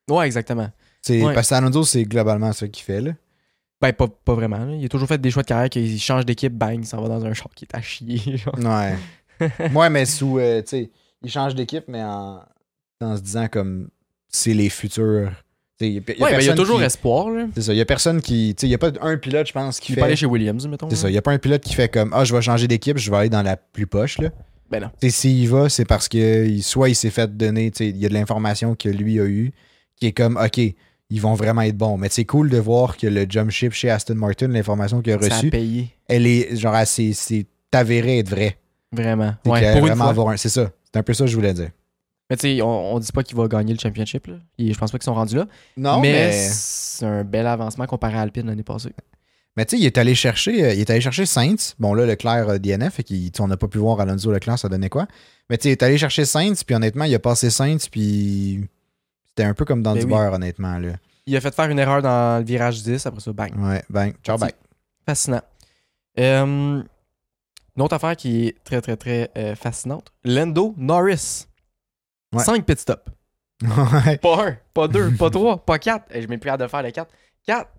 Ouais, exactement.
C'est-
Ouais.
Parce que Alonso, c'est globalement ça qu'il fait. Là.
Ben, pas, pas vraiment. là. Il a toujours fait des choix de carrière qu'il change d'équipe, bang, il s'en va dans un char qui est à chier. genre.
Ouais. ouais, mais sous. euh, tu sais, il change d'équipe, mais en, en se disant comme c'est les futurs. Tu sais, y a pe- y a
ouais, ben, il y a
personne
toujours
qui-
espoir. Là.
C'est ça. Il y a personne qui. Tu sais, il n'y a pas un pilote, je pense, qui
Il est
fait.
pas allé chez Williams, mettons.
C'est
là.
ça. Il n'y a pas un pilote qui fait comme Ah, je vais changer d'équipe, je vais aller dans la plus poche. Là.
Ben non.
Tu sais, s'il va, c'est parce que il- soit il s'est fait donner. Tu sais, il y a de l'information que lui a eue qui est comme OK, ils vont vraiment être bons. Mais c'est cool de voir que le jump ship chez Aston Martin, l'information qu'il a
Ça a
reçue,
payé.
elle est genre assez. C'est avéré être vrai.
Vraiment.
C'est
Ouais,
qu'elle
pour une
vraiment
fois.
avoir un- C'est ça. C'est un peu ça que je voulais dire.
Mais tu sais, on, on dit pas qu'il va gagner le championship. Là. Et Je pense pas qu'ils sont rendus là.
Non,
mais
mais.
c'est un bel avancement comparé à Alpine l'année passée.
Mais tu sais, il est allé chercher, euh, il est allé chercher Saints. Bon, là, Leclerc euh, DNF, et qui, on n'a pas pu voir Alonso Leclerc, ça donnait quoi. Mais tu sais, il est allé chercher Saints, puis honnêtement, il a passé Saints, puis c'était un peu comme dans
Ben
du
oui.
beurre, honnêtement. Là.
Il a fait faire une erreur dans le virage 10, après ça, bang.
Ouais, ben, ciao, bye.
Fascinant. Euh, une autre affaire qui est très, très, très euh, fascinante. Lando Norris.
Ouais.
5 pit stops.
ouais,
Pas un, pas deux, pas trois, pas quatre. Et je m'ai plus hâte de faire les quatre. Quatre.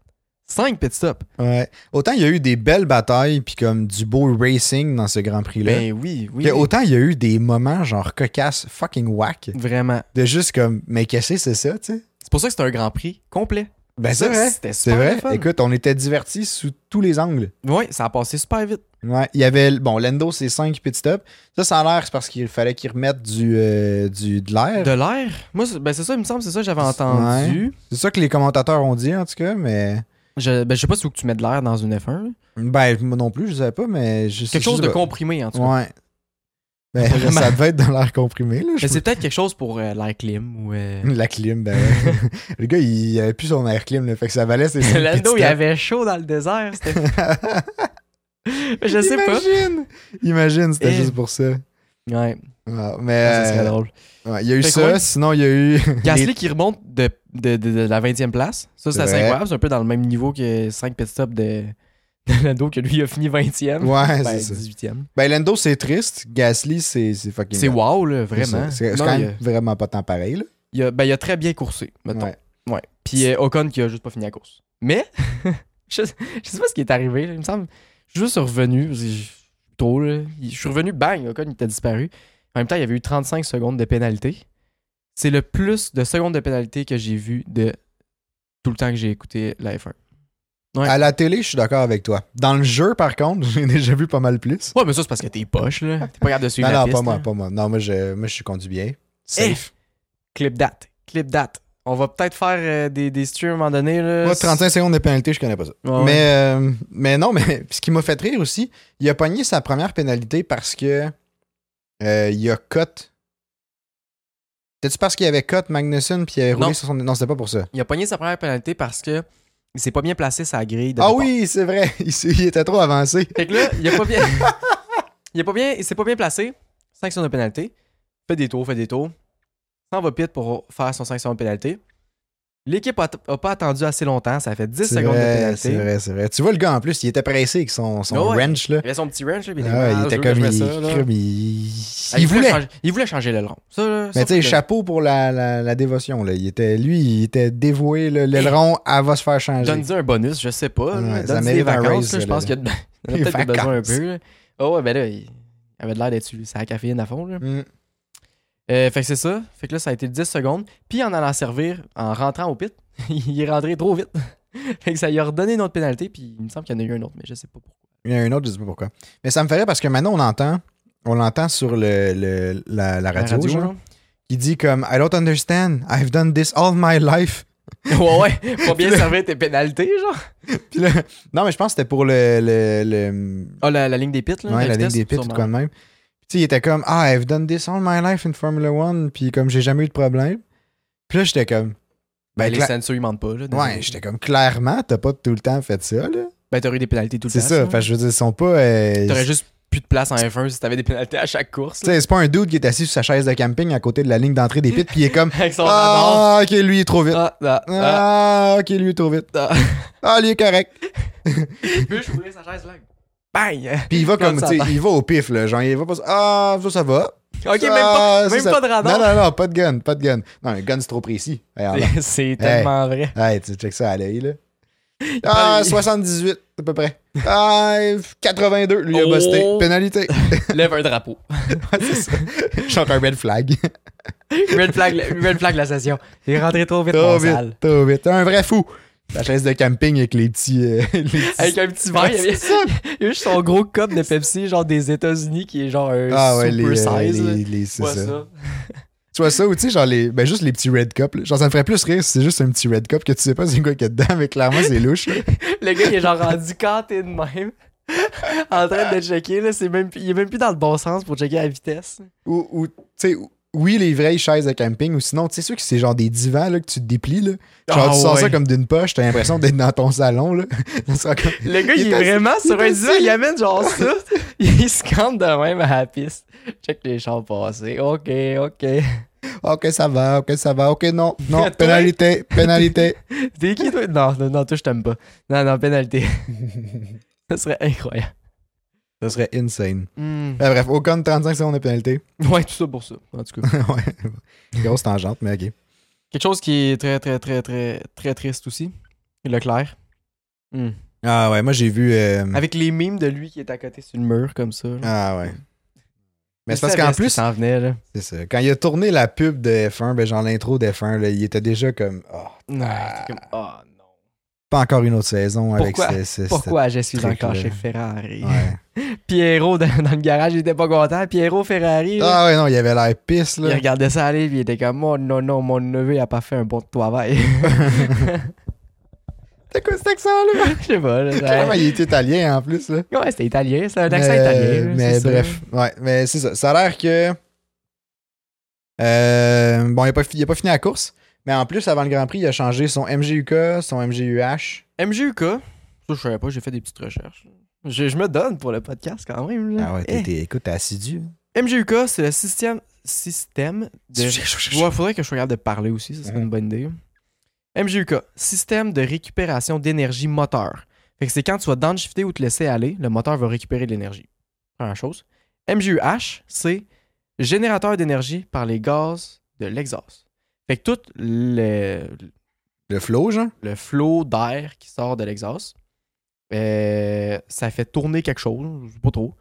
Cinq pit stops.
ouais. Autant il y a eu des belles batailles, puis comme du beau racing dans ce Grand Prix-là.
Ben oui, oui.
que Autant il y a eu des moments genre cocasses, fucking whack,
Vraiment.
de juste comme, mais qu'est-ce que c'est ça, tu sais?
C'est pour ça que c'est un grand prix complet.
Ben, c'est vrai.
C'était
C'est
super
vrai.
le fun.
Écoute, on était divertis sous tous les angles.
Oui, ça a passé super vite.
Ouais, il y avait, le- bon, Lando, c'est 5 pit stops. Ça, ça a l'air, c'est parce qu'il fallait qu'ils remettent du, euh, du, de l'air.
De l'air? Moi, c'est- ben c'est ça, il me semble, c'est ça que j'avais entendu.
C'est ça que les commentateurs ont dit, en tout cas, mais.
Je, ben, je sais pas si où que tu mets de l'air dans une F1.
Ben, moi non plus, je savais pas, mais. Je,
Quelque
je
chose
sais
de
pas.
comprimé, en tout cas.
Ouais. Ben,
Vraiment.
ça devait être dans l'air comprimé, là. je
Mais c'est peut-être quelque chose pour euh, l'air clim ou. euh,
La clim, ben ouais. Le gars, il avait plus son air clim, là, fait que ça valait ses cinq
Lando,
pit
il
stops.
avait chaud dans le désert. c'était- je sais pas.
Imagine! Imagine, c'était
Et-
juste pour ça.
Ouais,
Ouais,
Ah, ça serait
mais euh,
drôle.
ouais, il y a eu
Fait que
ça,
ouais.
sinon il y a eu.
Gasly qui remonte de, de, de- de la 20e place. Ça, c'est
C'est
assez
vrai.
incroyable. C'est un peu dans le même niveau que 5 pit stops de, de Lando, que lui a fini 20e.
Ouais,
ben,
c'est ça.
18e.
Ben, Lando, c'est triste. Gasly, c'est c'est fucking.
C'est
bad.
wow, là,
C'est ça.
vraiment.
C'est c'est
Non,
quand
il
même
a-
vraiment pas tant pareil, là.
il a, ben, il a très bien coursé, mettons.
Ouais.
Ouais. Puis euh, Ocon qui a juste pas fini la course. Mais, je, je sais pas ce qui est arrivé. là. Il me semble. Je suis juste revenu. parce que je- Trop, là. Il- Je suis revenu, bang, Ocon il était disparu. En même temps, il y avait eu 35 secondes de pénalité. C'est le plus de secondes de pénalité que j'ai vu de tout le temps que j'ai écouté la F1. Ouais.
À la télé, je suis d'accord avec toi. Dans le jeu, par contre, j'ai déjà vu pas mal plus.
Ouais, mais ça, c'est parce que t'es poche, là. T'es pas capable de suivre
Ah. Non,
la
non,
piste,
pas moi,
là.
pas moi. Non, moi, je, moi, je suis conduit bien.
hein? Eh,
Safe.
Clip date. Clip date. On va peut-être faire euh, des, des streams à un moment donné, là.
Moi, 35 secondes de pénalité, je connais pas ça.
Ouais, ouais.
Mais, euh, mais non, mais puis ce qui m'a fait rire aussi, il a pogné sa première pénalité parce que euh, il a cut. C'était-tu parce qu'il avait cut Magnussen puis il avait roulé
Non.
sur son. Non, c'était pas pour ça.
Il a pogné sa première pénalité parce que il s'est pas bien placé sa grille de
Ah
départ.
oui, c'est vrai, il, s'est- il était trop avancé.
Fait que là, il a pas bien. il a pas bien. Il s'est pas bien placé. 5 secondes de pénalité. Fait des tours, fait des tours. S'en va pit pour faire son 5 secondes de pénalité. L'équipe a, a pas attendu assez longtemps. Ça fait 10
C'est
secondes de
vrai,
pénalité.
c'est vrai, c'est vrai. Tu vois, le gars en plus, il était pressé avec son, son
Ah ouais.
wrench là.
Il avait son petit wrench, là, puis il était
Ah ouais,
comme,
il
Ah, je
était
veux que
comme.
je mette
Il,
ça, là.
comme il-
Ah,
il voulait.
changer, il voulait changer l'aileron. Ça, là, ça,
Mais tu sais,
faut le-
chapeau pour la, la- la dévotion. Là. Il était, lui, il était dévoué. là. L'aileron, elle va se faire changer.
Donne-lui un bonus, je sais pas.
Ouais,
là.
ça
Donne-lui
mérite
des
un
vacances,
raise,
là, je
là,
pense
là.
qu'il y a de- il
Des
en a peut-être besoin un
vacances.
peu. là. Ah ouais, ben là, il il avait de l'air d'être sur sur la caféine à fond. Là.
Mm.
Euh, fait que c'est ça. Fait que là, ça a été 10 secondes. Puis en allant servir, en rentrant au pit, il est rentré trop vite. fait que ça lui a redonné une autre pénalité. Puis il me semble qu'il y en a eu un autre, mais je sais pas pourquoi.
Il y en a un autre, je sais pas pourquoi. Mais ça me ferait parce que maintenant, on entend, on l'entend sur le, le- la,
La
la radio, genre,
genre.
qui dit comme I don't understand, I've done this all my life.
ouais, ouais. Pas bien servir tes pénalités, genre.
Puis là, non, mais je pense que c'était pour le, le, le-
Ah, la, la ligne des pits, là.
ouais, la ligne
vitesse,
des pits ou de
sûrement.
quoi de même. Puis tu sais, il était comme Ah, I've done this all my life in Formula One, puis comme j'ai jamais eu de problème. Puis là, j'étais comme
Ben,
Ben,
les
cla-
sensors, ils mentent pas, là. désolé.
Ouais, j'étais comme clairement, t'as pas tout le temps fait ça, là.
Ben, t'aurais eu des pénalités tout le temps.
C'est ça,
sinon.
parce que je veux dire, ils sont pas. euh,
T'aurais juste plus de place en F1 si t'avais des pénalités à chaque course.
tu
là.
sais, c'est pas un dude qui est assis sur sa chaise de camping à côté de la ligne d'entrée des pits, puis il est comme
Avec son radar.
Ah, ok, lui, il est trop vite.
Ah, ah, ah,
Ah, ok, lui, il est trop vite.
ah.
Ah, lui, il est correct.
Bûche, ouvrir sa chaise, là. Bang!
Puis il va comme, tu sais, il va au pif, là. Genre, il va pas. Ah, ça, ça va.
Ok, même pas.
Ah, ça,
même
ça-
pas de radar.
Non, non, non, pas de gun, pas de gun. Non, un gun, c'est trop précis. Hey, alors,
C'est tellement vrai.
hey, tu check ça à l'œil, là. Ah,
parle-
78, à peu près. Ah, 82, lui, il a
Oh.
busté. Pénalité.
Lève un drapeau.
C'est ça. Genre un red flag.
Red flag, red flag la session. Il est rentré trop vite dans
Trop
la
vite,
salle.
trop vite. Un vrai fou. La chaise de camping avec les petits. euh, les petits-
Avec un petit verre, il y
Ouais, c'est
avait
ça.
il y a juste son gros cup de Pepsi, genre des États-Unis, qui est genre un
Ah ouais, les,
super
euh,
size. là.
les, les- c'est
Vois
ça.
ça.
Tu vois ça ou tu sais, genre les. Ben juste les petits red cups. là. Genre ça me ferait plus rire si c'est juste un petit red cup que tu sais pas c'est quoi qu'il y a dedans, mais clairement c'est louche. là.
Le gars, il est genre rendu canté de même. en train de checker, là, c'est même, plus- il est même plus dans le bon sens pour checker la vitesse.
ou ou, tu sais, ou- oui, les vraies chaises de camping, ou sinon, tu sais, sûr que c'est genre des divans là, que tu te déplies. Là. Genre
Ah
tu sors ça
ouais.
comme d'une poche, t'as l'impression d'être dans ton salon. Là. Ça sera comme-
Le gars, il,
Il est
est
assis-
vraiment
il est
sur un
assis,
divan, il amène genre ça. il se campe de même à la piste. Check les chars passer. Ok, ok.
Ok, ça va, ok, ça va, ok, non, non,
Toi-
pénalité, pénalité.
T'es qui toi? Non, non, non, toi je t'aime pas. Non, non, pénalité. ça serait incroyable.
ça serait insane. Ben, bref, au compte 35 secondes de pénalité.
Hmm. Ouais, tout ça pour ça, en tout cas.
ouais, grosse tangente, mais ok.
Quelque chose qui est très, très, très, très, très triste aussi. Leclerc. Hmm.
Ah ouais, moi j'ai vu. euh,
Avec les mimes de lui qui est à côté sur le mur comme ça. là.
Ah ouais. Mais
Il
c'est parce
savait
qu'en
ce qui
plus,
s'en venait là.
C'est ça. Quand il a tourné la pub de F1, ben genre l'intro de F1, là, il était déjà comme. Ah,
Non, t'es comme, oh non.
Pas encore une autre saison
Pourquoi?
avec ce- ce-
Pourquoi je suis
truc-là.
encore chez Ferrari?
cette- ouais.
Pierrot, dans, dans le garage, il était pas content. Pierrot Ferrari, là,
Ah ouais, non, il avait l'air pisse,
il
là.
regardait ça aller, puis il était comme, oh non, non, mon neveu a pas fait un bon travail.
C'était quoi cet accent-là?
Je sais pas. là, ça-
Clairement, il est italien en plus, là.
Ouais, c'était italien, c'est un accent
Mais-
italien. là,
Mais
c'est ça.
bref, ouais, mais c'est ça. Ça a l'air que. Euh, bon, il n'a pas, fi- il a pas fini la course, mais en plus, avant le Grand Prix, il a changé son MGUK, son MGUH.
MGUK, ça je savais pas, j'ai fait des petites recherches. Je, je me donne pour le podcast quand même. là. Eh.
écoute, Ah t'es assidu.
Mmh. MGUK, c'est le système, système de... Ouais, faudrait que je regarde de parler aussi, ça serait
Mhm.
une bonne idée. MGUK, système de récupération d'énergie moteur. Fait que c'est quand tu vas downshifter ou te laisser aller, le moteur va récupérer de l'énergie. Première chose. MGUH, c'est générateur d'énergie par les gaz de l'exhaust. Fait que tout le,
Le flow, genre.
le flot d'air qui sort de l'exhaust. Euh, ça fait tourner quelque chose, je sais pas trop.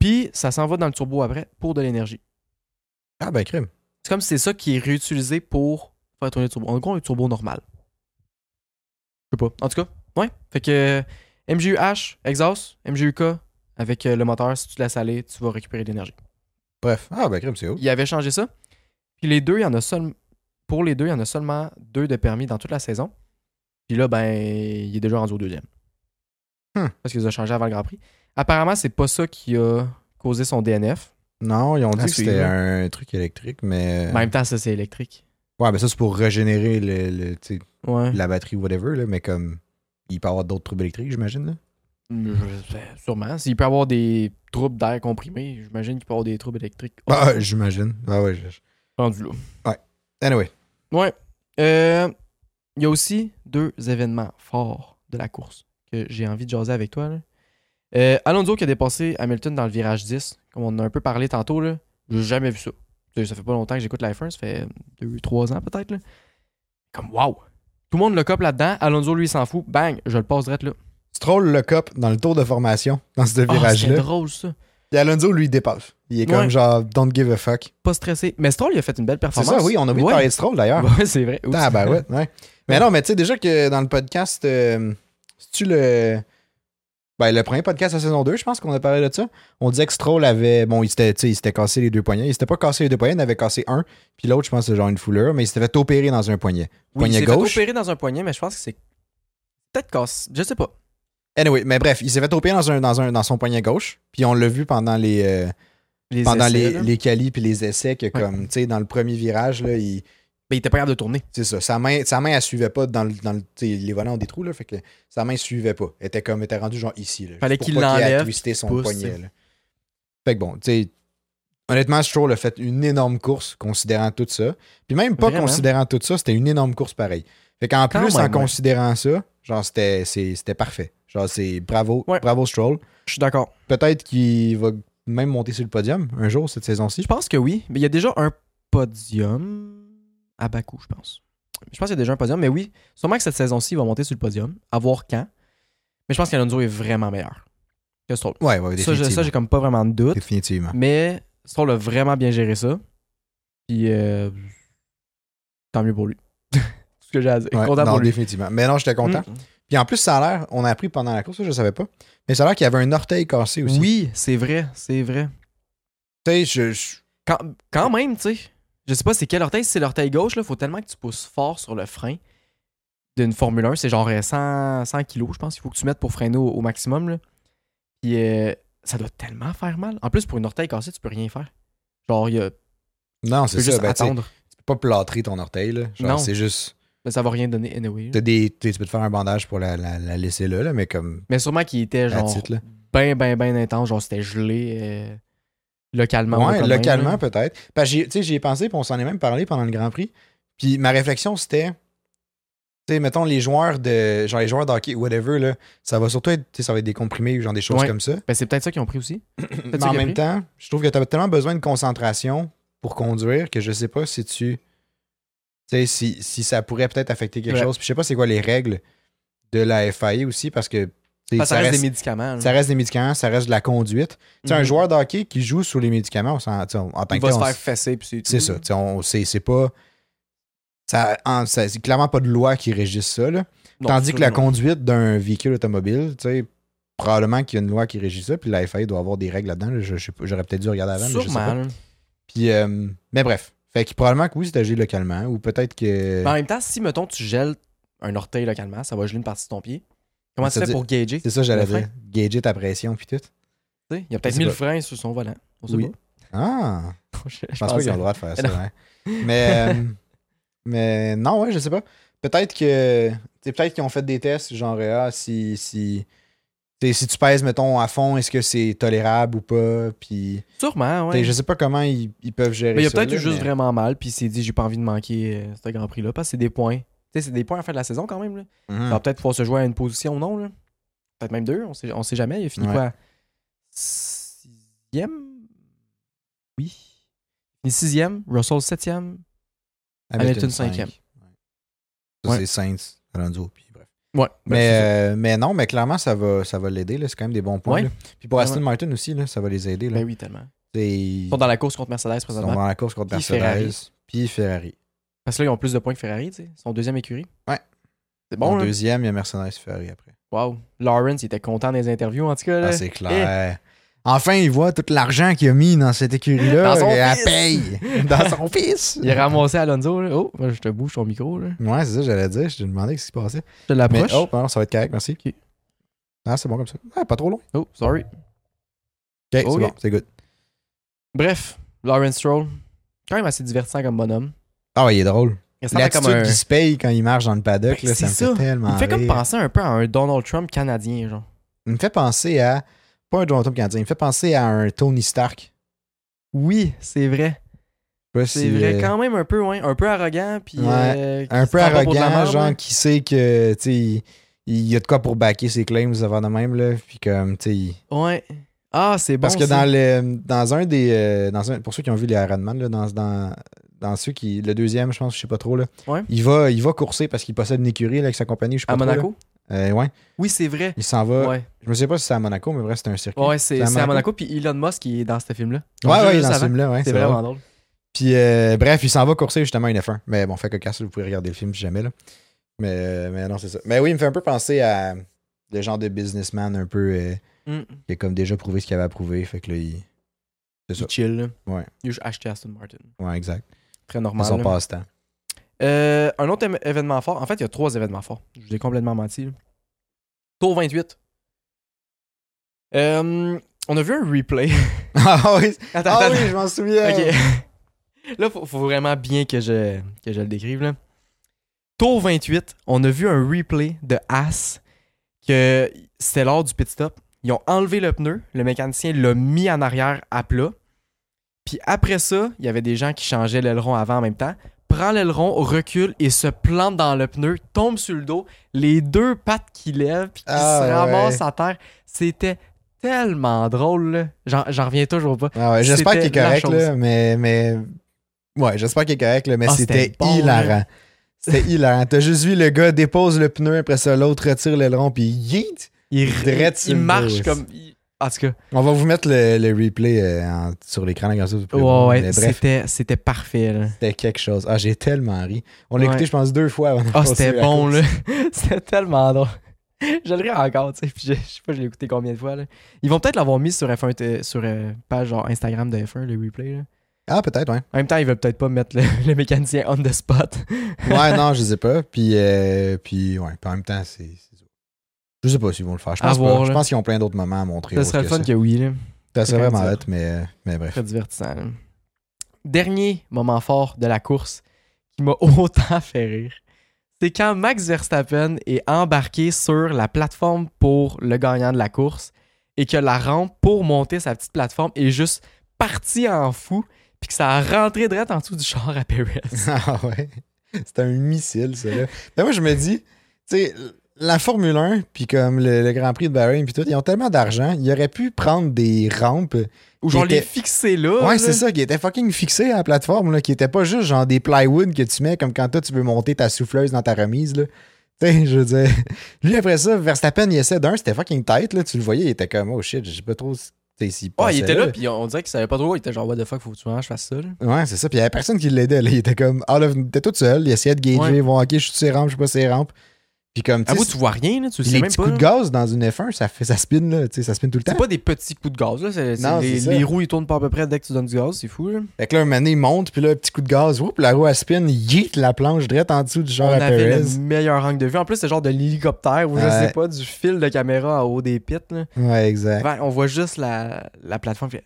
Puis ça s'en va dans le turbo après pour de l'énergie.
Ah, ben, crime.
C'est comme si c'est ça qui est réutilisé pour faire tourner le turbo. En gros, un turbo normal. Je sais pas. En tout cas, ouais. Fait que euh, MGUH, exhaust, MGUK, avec euh, le moteur, si tu te laisses aller, tu vas récupérer de l'énergie.
Bref. Ah, ben, crime, c'est haut.
Il avait changé ça. Puis les deux, il y en a seulement. Pour les deux, il y en a seulement deux de permis dans toute la saison. Puis là, ben, il est déjà rendu au deuxième.
Hmm.
Parce qu'ils ont changé avant le Grand Prix. Apparemment, c'est pas ça qui a causé son DNF.
Non, ils ont
À
dit que c'était
suivre.
un truc électrique, mais.
En même temps, ça, c'est électrique.
Ouais, mais ça, c'est pour régénérer le, le, tu sais,
Ouais.
la batterie ou whatever, là, mais comme. Il peut y avoir d'autres troubles électriques, j'imagine, là.
Je sais, sûrement. S'il peut avoir des troubles d'air comprimé, j'imagine qu'il peut avoir des troubles électriques.
Ah, ouais, j'imagine. Ah, ouais. je-
Rendu là.
Anyway.
Ouais. Euh, Il y a aussi deux événements forts de la course que j'ai envie de jaser avec toi. là. Euh, Alonso qui a dépassé Hamilton dans le virage 10, comme on en a un peu parlé tantôt, là, j'ai jamais vu ça. Tu sais, Ça fait pas longtemps que j'écoute la F1, ça fait 2-3 ans peut-être. là. Comme waouh! Tout le monde le cope là-dedans, Alonso lui il s'en fout, bang, je le passe direct là.
Stroll le cop dans le tour de formation, dans ce
Ah, c'était
virage-là.
drôle ça.
Et Alonso, lui, il dépasse. Il est comme
Ouais.
genre, don't give a fuck.
Pas stressé. Mais Stroll il a fait une belle
C'est
performance.
ça, oui, on a oublié
ouais.
de parler de Stroll d'ailleurs.
Ouais, c'est vrai. Oups.
Ah, bah ouais, ouais. Mais
Ouais.
non, mais tu sais déjà que dans le podcast, euh, c'est-tu le. Ben, le premier podcast de la saison 2, je pense qu'on a parlé de ça. On disait que Stroll avait. Bon, il s'était tu sais, il s'était cassé les deux poignets. Il s'était pas cassé les deux poignets, il en avait cassé un. Puis l'autre, je pense, c'est genre une fouleur, mais il s'était fait opérer dans un
Oui,
poignet.
il
Poignet
s'est fait
gauche.
opérer dans un poignet, mais je pense que c'est peut-être casse. Je sais pas.
Anyway, mais bref, il s'est fait opérer dans, un, dans, un, dans son poignet gauche. Puis on l'a vu pendant les. euh,
Les
pendant
essais,
les,
là.
les qualis puis les essais que comme tu sais dans le premier virage là il
Mais Ben, il était pas capable de tourner.
c'est ça sa main sa main elle suivait pas dans le, dans le- tu sais, les volants ont des trous là fait que sa main suivait pas elle était comme était rendue genre ici là
Fallait
Juste
qu'il
pour pas ait à
l'enlève,
twister son
pousse,
poignet
t'sais.
là. fait que bon tu sais honnêtement Stroll a fait une énorme course considérant tout ça puis même pas
Vraiment.
considérant tout ça c'était une énorme course pareille fait qu'en
Quand
plus en
même, ouais.
considérant ça genre c'était c'est- c'était parfait genre c'est bravo
Ouais.
bravo Stroll
Je suis d'accord.
peut-être qu'il va même monter sur le podium un jour cette saison-ci
Je pense que oui. Mais il y a déjà un podium à Bakou, je pense. Je pense qu'il y a déjà un podium, mais oui. Sûrement que cette saison-ci, il va monter sur le podium. À voir quand. Mais je pense qu'Alonso est vraiment meilleur que Stroll.
Ouais, ouais,
Ça, je-
définitivement.
ça, j'ai comme pas vraiment de doute.
Définitivement.
Mais Stroll a vraiment bien géré ça. Puis, euh, tant mieux pour lui. Tout ce que j'ai à dire.
Ouais,
Content
non,
pour lui.
définitivement. Mais non, j'étais content.
Mm.
Puis en plus, ça a l'air, on a appris pendant la course, ça, je savais pas, mais ça a l'air qu'il y avait un orteil cassé aussi.
Oui, c'est vrai. C'est vrai.
Tu sais, je- je-
Quand, quand même, tu sais. Je sais pas c'est quel orteil, si c'est l'orteil gauche, là, faut tellement que tu pousses fort sur le frein d'une Formule 1. C'est genre euh, 100, 100 kilos, je pense, qu'il faut que tu mettes pour freiner au, au maximum. Là. Puis euh, ça doit tellement faire mal. En plus, pour une orteil cassée, tu peux rien faire. Genre, il y a- tu
Non,
peux
c'est
juste
ça. ben, tu sais,
attendre.
tu peux pas plâtrer ton orteil, là. Genre,
Non.
c'est juste.
Mais ça va rien donner anyway.
t'as des- t'sais, tu peux te faire un bandage pour la, la- la laisser là, là, mais comme.
Mais sûrement qu'il était
That's
genre
it, là.
ben, ben, ben intense. Genre, c'était gelé euh, localement. là,
ouais,
quand même, hein.
localement,
là.
peut-être. Parce que j'ai- tu sais, j'y ai pensé, puis on s'en est même parlé pendant le Grand Prix. Puis ma réflexion, c'était. Tu sais, mettons les joueurs de. Genre les joueurs de hockey, whatever, là. Ça va surtout être. tu sais, ça va être des comprimés ou genre des choses
Ouais.
comme ça.
Ben, c'est peut-être ça qu'ils ont pris aussi.
Mais
ça
en
qu'il a pris?
même temps, je trouve que tu as tellement besoin de concentration pour conduire que je sais pas si tu. Tu sais, si, si ça pourrait peut-être affecter quelque
Ouais.
chose. Puis je sais pas c'est quoi les règles de la FAI aussi parce que. tu sais,
Parce que ça reste, des
reste-
médicaments. là.
ça reste des médicaments, ça reste de la conduite. Tu sais, un
Mhm.
joueur de hockey qui joue sous les médicaments, on s'en- tu sais, on- en tant
il
que
va
tel,
se
on
faire
s-
fesser. puis
c'est
tout,
ça.
là.
tu sais, on- C'est c'est pas. Ça, en- ça- c'est clairement pas de loi qui régisse ça. là.
Non,
Tandis que la
sûrement.
conduite d'un véhicule automobile, tu sais, probablement qu'il y a une loi qui régit ça, puis la FAI doit avoir des règles là-dedans. là. Je- je sais pas, J'aurais peut-être dû regarder avant, mais je sais
Sûrement,
pas.
là.
Puis, euh, mais bref. Fait que probablement que oui, c'est agir localement, ou peut-être que.
Mais en même temps, si, mettons, tu gèles un orteil localement, ça va geler une partie de ton pied. Comment
Ça
tu fais
dit-
pour gager?
c'est ça, j'allais
le frein.
dire. Gager ta pression, puis tout.
Tu sais, Il y a
Je
peut-être
sais
1000
pas.
freins sur son volant. On sait
Oui.
pas.
Ah!
Je, je
Je pense pas qu'ils ont
à-
le droit de faire ça.
non.
ouais. Mais, euh, mais non, ouais, je sais pas. Peut-être que. tu sais, Peut-être qu'ils ont fait des tests, genre, ah, si. si tu sais, si tu pèses, mettons, à fond, est-ce que c'est tolérable ou pas? Puis,
Sûrement,
tu
ouais.
sais, je sais pas comment ils, ils peuvent gérer ça.
Mais il y a peut-être
là,
eu juste
mais-
vraiment mal, puis il s'est dit, j'ai pas envie de manquer euh, ce Grand Prix-là, parce que c'est des points. Tu sais, c'est des points à la fin de la saison quand même. Là.
Mhm.
Il va peut-être pouvoir se jouer à une position ou non. là. Peut-être même deux, on sait, on sait jamais. Il a fini
Ouais.
quoi? Sixième? Oui. Il est sixième, Russell septième. Hamilton
cinq.
cinquième.
Ouais. Ça,
Ouais.
c'est Sainz, Alonso, puis bref.
Ouais. ben,
Mais,
c'est ça.
euh, mais non, mais clairement, ça va, ça va l'aider. là. C'est quand même des bons points.
Ouais.
là. Puis pour Aston
Vraiment.
Martin aussi, là, ça va les aider. Là.
Ben oui, tellement.
C'est-
Ils sont dans la course contre Mercedes
ils sont
présentement.
dans la course contre
Puis
Mercedes,
Ferrari.
puis Ferrari.
Parce que là, ils ont plus de points que Ferrari, tu sais. Ils sont deuxième écurie.
Ouais.
C'est
en
bon, hein?
deuxième, il y a Mercedes Ferrari après.
Wow. Lawrence, il était content des interviews, en tout cas.
Ah,
là.
c'est clair.
eh.
Enfin, il voit tout l'argent qu'il a mis dans cette écurie-là.
Dans son
et elle
fils.
paye. Dans son fils.
Eh, il a ramassé Alonso. Là. Oh, moi, je te bouge ton micro. Là.
Ouais, c'est ça, j'allais dire. Je te demandais ce qui se passait.
Je te
Mais,
l'approche.
oh, non, ça va être correct, merci.
Ok.
Ah, c'est bon comme ça. Ah, pas trop long. Ok,
oh, sorry.
c'est
Ok.
bon, c'est good.
Bref, Lawrence Stroll, quand même assez divertissant comme bonhomme.
Ah, ouais, il est drôle.
Ressemble à
L'attitude
comme un-
qu'il se paye quand il marche dans le paddock,
Ben,
là, ça me
c'est
fait
ça.
tellement
Il me fait comme
rire.
penser un peu à un Donald Trump canadien, genre.
Il me fait penser à. Pas un Donald Trump canadien, il me fait penser à un Tony Stark.
Oui, c'est vrai.
Je sais pas
C'est
si,
vrai.
euh,
Quand même un peu, ouais. Un peu arrogant, puis.
Ouais,
euh,
un
qui
peu
se prend pas pour de la
arrogant,
merde,
genre
là.
qui sait que tu sais, il il y a de quoi pour backer ses claims avant de même là, puis comme tu sais, il-
Ouais. Ah, c'est bon.
parce que
ça.
dans le dans un des euh, dans un- pour ceux qui ont vu les Iron Man là, dans dans dans ceux qui le deuxième je pense je sais pas trop là,
Ouais.
il va il va courser parce qu'il possède une écurie là, avec sa compagnie je sais pas
À
trop, là.
Monaco?
Euh, ouais,
Oui, c'est vrai.
il s'en va.
Ouais.
Je me sais pas si c'est à Monaco mais bref c'est un circuit.
Ouais, c'est
C'est à
c'est à Monaco,
Monaco?
puis Elon Musk qui est dans ce film-là.
Ouais
Juste
ouais, il est
avant.
dans ce film là ouais.
C'est
vrai.
vraiment drôle.
Puis euh, bref, il s'en va courser justement une F1. Mais bon, fait que casse, vous pouvez regarder le film si jamais là. Mais, euh, mais non, c'est ça. Mais oui, il me fait un peu penser à le genre de businessman un peu euh,
Mm.
qui a comme déjà prouvé ce qu'il avait à prouver. Fait que là, il...
Il
C'est ça.
chill, là.
Ouais.
Il a juste acheté Aston Martin.
Ouais, exact.
Très
C'est
normal.
son
là.
passe-temps.
Euh, un autre é- événement fort. En fait, il y a trois événements forts. Je vous ai complètement menti. là. Tour 28. Euh, on a vu un replay.
ah oui,
attends,
ah,
attends,
oui je m'en souviens.
Ok. Là, faut, faut vraiment bien que je, que je le décrive. Là. Tour 28, on a vu un replay de As que c'était lors du pit stop. Ils ont enlevé le pneu, le mécanicien l'a mis en arrière à plat. Puis après ça, il y avait des gens qui changeaient l'aileron avant en même temps. Prend l'aileron, recule et se plante dans le pneu, tombe sur le dos, les deux pattes qui lèvent puis qui
Ah,
se
ouais.
ramassent à terre. C'était tellement drôle. là. J'en j'en reviens toujours pas.
Ah ouais, j'espère qu'il est
C'était la
correct,
chose.
là, mais, mais. Ouais, j'espère qu'il est correct, là, mais
Ah,
c'était
c'était bon, hein.
hilarant.
là.
C'était hilarant. T'as juste vu le gars dépose le pneu, après ça, l'autre retire l'aileron, puis yeet!
Il,
Drette sur
il
le
marche
dos,
comme. il- En tout cas,
On va vous mettre le, le replay euh, en- sur l'écran, comme ça vous pouvez
ouais,
voir.
ouais,
Mais bref,
c'était, c'était parfait. Là.
c'était quelque chose. Ah, j'ai tellement ri. On l'a écouté,
Ouais.
je pense, deux fois. avant de
Ah,
passer
c'était
à
bon,
cause.
là. c'était tellement drôle. Je le ris encore, tu sais. Puis je, je sais pas, je l'ai écouté combien de fois. Là. Ils vont peut-être l'avoir mis sur F1, t- sur euh, page genre Instagram de F1, le replay. Là.
Ah, peut-être, ouais.
En même temps, ils veulent peut-être pas mettre le, le mécanicien on the spot.
Ouais, non, je sais pas. Puis, euh, puis ouais, puis en même temps, c'est c'est ça. Je sais pas s'ils vont le faire. Je
À
pense, pas.
voir,
Je
là.
pense qu'ils ont plein d'autres moments à montrer.
ça serait le
autre
fun que oui, là.
ça. Ça serait
quand
vraiment
même
hot, mais, mais bref.
Très divertissant. là. Dernier moment fort de la course qui m'a autant fait rire, c'est quand Max Verstappen est embarqué sur la plateforme pour le gagnant de la course et que la rampe pour monter sa petite plateforme est juste partie en fou puis que ça a rentré direct en dessous du char à Perez.
Ah ouais. C'est un missile, ça. Là. Mais moi, je me dis, tu sais, la Formule 1, puis comme le, le Grand Prix de Bahreïn, puis tout, ils ont tellement d'argent, ils auraient pu prendre des rampes
Ou genre
Il était-
les fixer là.
Ouais,
là.
c'est ça, qui était fucking fixé à la plateforme, là, qui était pas juste genre des plywood que tu mets comme quand toi tu veux monter ta souffleuse dans ta remise, là. Tu sais, je veux dire. Lui, après ça, Verstappen, il essaie d'un, c'était fucking tight, là. Tu le voyais, il était comme, oh shit, je sais pas trop ce Tu sais, s'il
Ouais, il
passait
était là, puis on dirait qu'il savait pas trop. Il était genre, what the fuck, faut que tu vraiment que je fasse ça, là.
Ouais, c'est ça. Puis il y avait personne qui l'aidait. là. Il était comme. Ah, là, il était tout seul. Il essayait de gager.
Ouais.
Bon, ok, je suis sur ces rampes, je suis pas sur ces rampes. Puis comme.
À
tu
bout,
sais,
tu vois rien, là, tu le
puis
sais
les
même
petits
pas.
coups de
là.
gaz dans une F1, ça, fait, ça spin, là. Tu sais, ça spin tout le temps.
C'est pas des petits coups de gaz, là. c'est- c'est
Non,
les,
c'est ça.
les roues, ils tournent pas à peu près dès que tu donnes du gaz, c'est fou, là.
Fait que là, un moment donné, il monte, puis là, petit coup de gaz, whoop, la roue à spin, yeet la planche direct en dessous du genre
On
à
avait
Perez.
le meilleur angle de vue. En plus, c'est genre de l'hélicoptère ou je
Ouais.
sais pas, du fil de caméra en haut des pits. Là.
Ouais, exact.
Enfin, on voit juste la, la plateforme. Puis,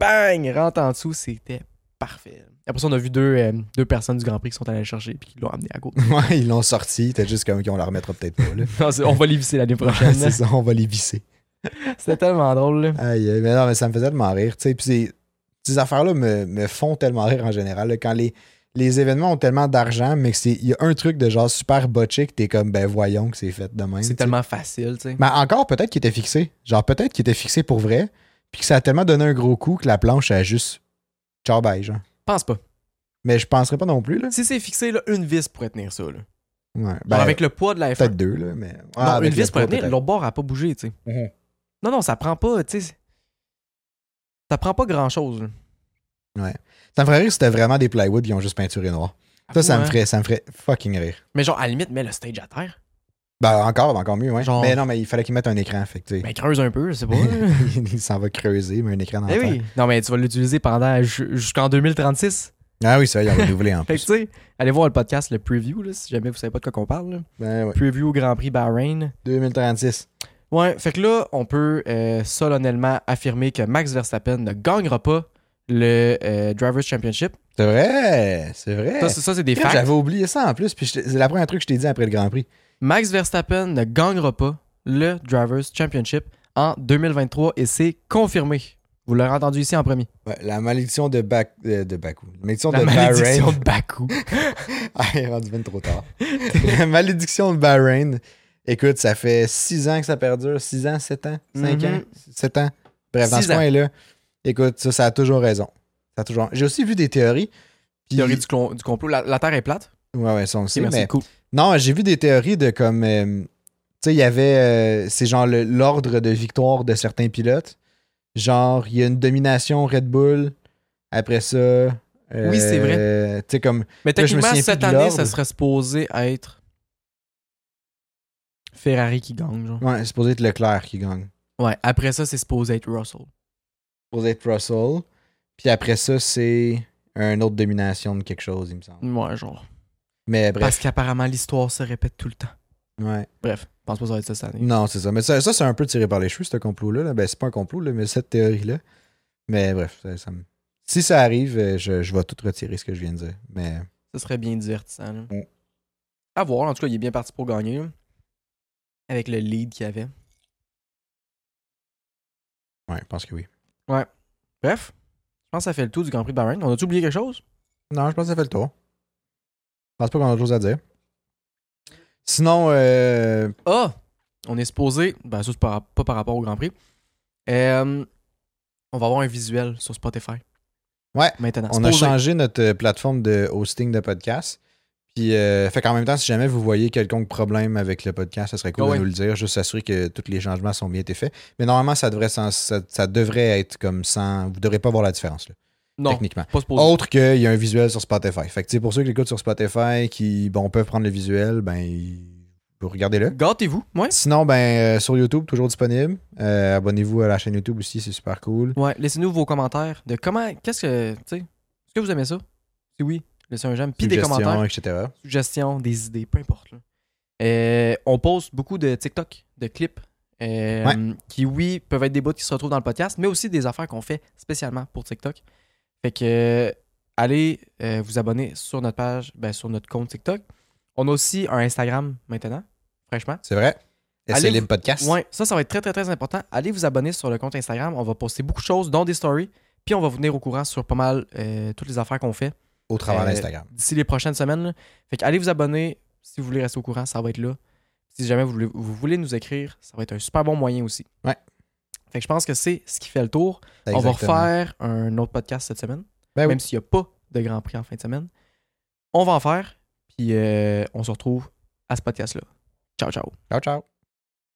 bang! Rentre en dessous. C'était parfait. Après ça, on a vu deux, euh, deux personnes du Grand Prix qui sont allées le chercher puis qui l'ont amené à gauche.
Ouais, ils l'ont sorti. T'es juste comme qu'on la remettra peut-être pas, là.
Non, c'est- on va les visser l'année
Ouais,
prochaine.
c'est ça, on va les visser.
C'était tellement drôle. là.
Aïe, aïe, mais non, mais ça me faisait tellement rire. tu sais. Puis ces, ces affaires-là me, me font tellement rire en général. là, quand les, les événements ont tellement d'argent, mais que c'est- il y a un truc de genre super botché que t'es comme, ben voyons que c'est fait de même. tu
C'est
sais.
tellement facile, tu sais.
Mais encore, peut-être qu'il était fixé. Genre, peut-être qu'il était fixé pour vrai. Puis que ça a tellement donné un gros coup que la planche a juste. Ciao, bye, genre.
Pense pas.
Mais je penserais pas non plus, là.
Si c'est fixé, là, une vis pourrait tenir ça. Là. Genre
Ouais, ben,
avec le poids de la F1.
peut-être deux, là.
Non,
Mais... Ah, avec
une
le
vis pourrait
poids,
tenir.
peut-être.
L'autre bord a pas bougé, tu sais.
Mhm.
Non, non, ça prend pas, tu sais. Ça prend pas grand-chose. là.
Ça me ferait rire si c'était vraiment des plywood qui ont juste peinturé noir. Ça, ça, me
Ah, Ouais.
ferait, ça me ferait fucking rire.
Mais genre, à la limite, mets le stage à terre.
Ben, encore, encore mieux, ouais.
Genre-
Mais non, mais il fallait qu'il mette un écran, fait que, tu sais,
Ben, creuse un peu, je sais pas.
il s'en va creuser, mais un écran dans
Eh
le
oui. Non, mais tu vas l'utiliser pendant ju- jusqu'en 2036.
temps. Ah oui, ça, il a renouvelé en
Fait que, tu
plus.
sais, allez voir le podcast, le preview, là, si jamais vous savez pas de quoi qu'on parle. là.
Ben ouais.
Preview Grand Prix Bahreïn.
2036.
Ouais, fait que là, on peut euh, solennellement affirmer que Max Verstappen ne gagnera pas le euh, Drivers' Championship.
C'est vrai, c'est vrai.
Ça, c'est- ça, c'est des
Crème,
facts.
J'avais oublié ça en plus, puis je t'ai- c'est la première truc que je t'ai dit après le Grand Prix.
Max Verstappen ne gagnera pas le Drivers' Championship en 2023 et c'est confirmé. Vous l'aurez entendu ici en premier.
Ouais, la malédiction de, Bac... euh, de Bakou. La malédiction
La
de
malédiction
Bahreïn.
de Baku.
ah, il est rendu bien trop tard. la malédiction de Bahreïn. Écoute, ça fait 6 ans que ça perdure. 6 ans, 7 ans, 5
Mhm.
ans, 7 ans. Bref, dans
Six
ce
ans.
coin-là, écoute, ça, ça a toujours raison. Ça a toujours... J'ai aussi vu des théories. puis-
Théorie du, clon- du complot. La, la Terre est plate.
Ouais, ouais, ça on le sait,
Ok, merci,
mais-
cool.
Non, j'ai vu des théories de comme. euh, tu sais, il y avait. euh, c'est genre le- l'ordre de victoire de certains pilotes. Genre, il y a une domination Red Bull. Après ça.
Oui, c'est vrai.
vrai. Tu sais, comme.
Mais
Là, je me
techniquement,
souviens
cette
plus de
année,
l'ordre.
ça serait supposé être Ferrari qui gagne. Genre.
Ouais, c'est supposé être Leclerc qui gagne.
Ouais, après ça, c'est supposé être Russell.
C'est supposé être Russell. Puis après ça, c'est une autre domination de quelque chose, il me semble.
Ouais, genre.
Mais
Parce
bref.
qu'apparemment, l'histoire se répète tout le temps.
Ouais.
Bref, je pense pas que ça va être ça cette année.
Non, c'est ça. Mais ça, ça, c'est un peu tiré par les cheveux, ce complot-là. là. Ben, c'est pas un complot, là, mais cette théorie-là. Mais bref, ça, ça me- si ça arrive, euh, je, je vais tout retirer ce que je viens de dire. Mais
Ça serait bien divertissant. Là.
Mm.
À voir, en tout cas, il est bien parti pour gagner. là. Avec le lead qu'il avait.
ouais, je pense que oui.
Bref, je pense que ça fait le tour du Grand Prix de Bahreïn. On a-tu oublié quelque chose?
Non, je pense que ça fait le tour. Je pense pas qu'on a autre chose à dire. Sinon, euh,
Ah! On est supposé, ben ça c'est par- pas par rapport au Grand Prix. Euh, on va avoir un visuel sur Spotify.
Ouais,
Maintenant.
on a
Supposé.
changé notre euh, plateforme de hosting de podcast. Puis, euh, fait qu'en même temps, si jamais vous voyez quelconque problème avec le podcast, ça serait cool
Ah
de
ouais.
nous le dire, juste s'assurer que tous les changements sont bien été faits. Mais normalement, ça devrait, sans- ça, ça devrait être comme sans. Vous devrez pas voir la différence, là,
Non,
techniquement.
pas supposé.
Autre qu'il y a un visuel sur Spotify. Fait que, tu sais, pour ceux qui écoutent sur Spotify, qui bon, peuvent prendre le visuel, ben, ils- vous regardez-le.
Gâtez-vous, ouais.
Sinon, ben, euh, sur YouTube, toujours disponible. Euh, Abonnez-vous à la chaîne YouTube aussi, c'est super cool.
Ouais, laissez-nous vos commentaires de comment, qu'est-ce que, tu sais, est-ce que vous aimez ça? Si oui, laissez un j'aime, puis des
Suggestions,
commentaires,
etc.
suggestions, des idées, peu importe. là. Euh, on poste beaucoup de TikTok, de clips, euh, qui, oui, peuvent être des bouts qui se retrouvent dans le podcast, mais aussi des affaires qu'on fait spécialement pour TikTok. Fait que, euh, allez euh, vous abonner sur notre page, ben, sur notre compte TikTok. On a aussi un Instagram maintenant, fraîchement.
C'est vrai?
Allez
C'est
vous-
libre podcast.
Ouais, ça, ça va être très, très, très important. Allez vous abonner sur le compte Instagram. On va poster beaucoup de choses, dont des stories. Puis on va vous tenir au courant sur pas mal euh, toutes les affaires qu'on fait
au travers
Euh,
d'Instagram.
d'ici les prochaines semaines. là. Fait que allez vous abonner si vous voulez rester au courant, ça va être là. Si jamais vous voulez, vous voulez nous écrire, ça va être un super bon moyen aussi.
Ouais.
Fait que je pense que c'est ce qui fait le tour. On va
Exactement.
refaire un autre podcast cette semaine,
Ben oui.
même s'il n'y a pas de Grand Prix en fin de semaine. On va en faire, puis euh, on se retrouve à ce podcast-là. Ciao, ciao.
Ciao, ciao.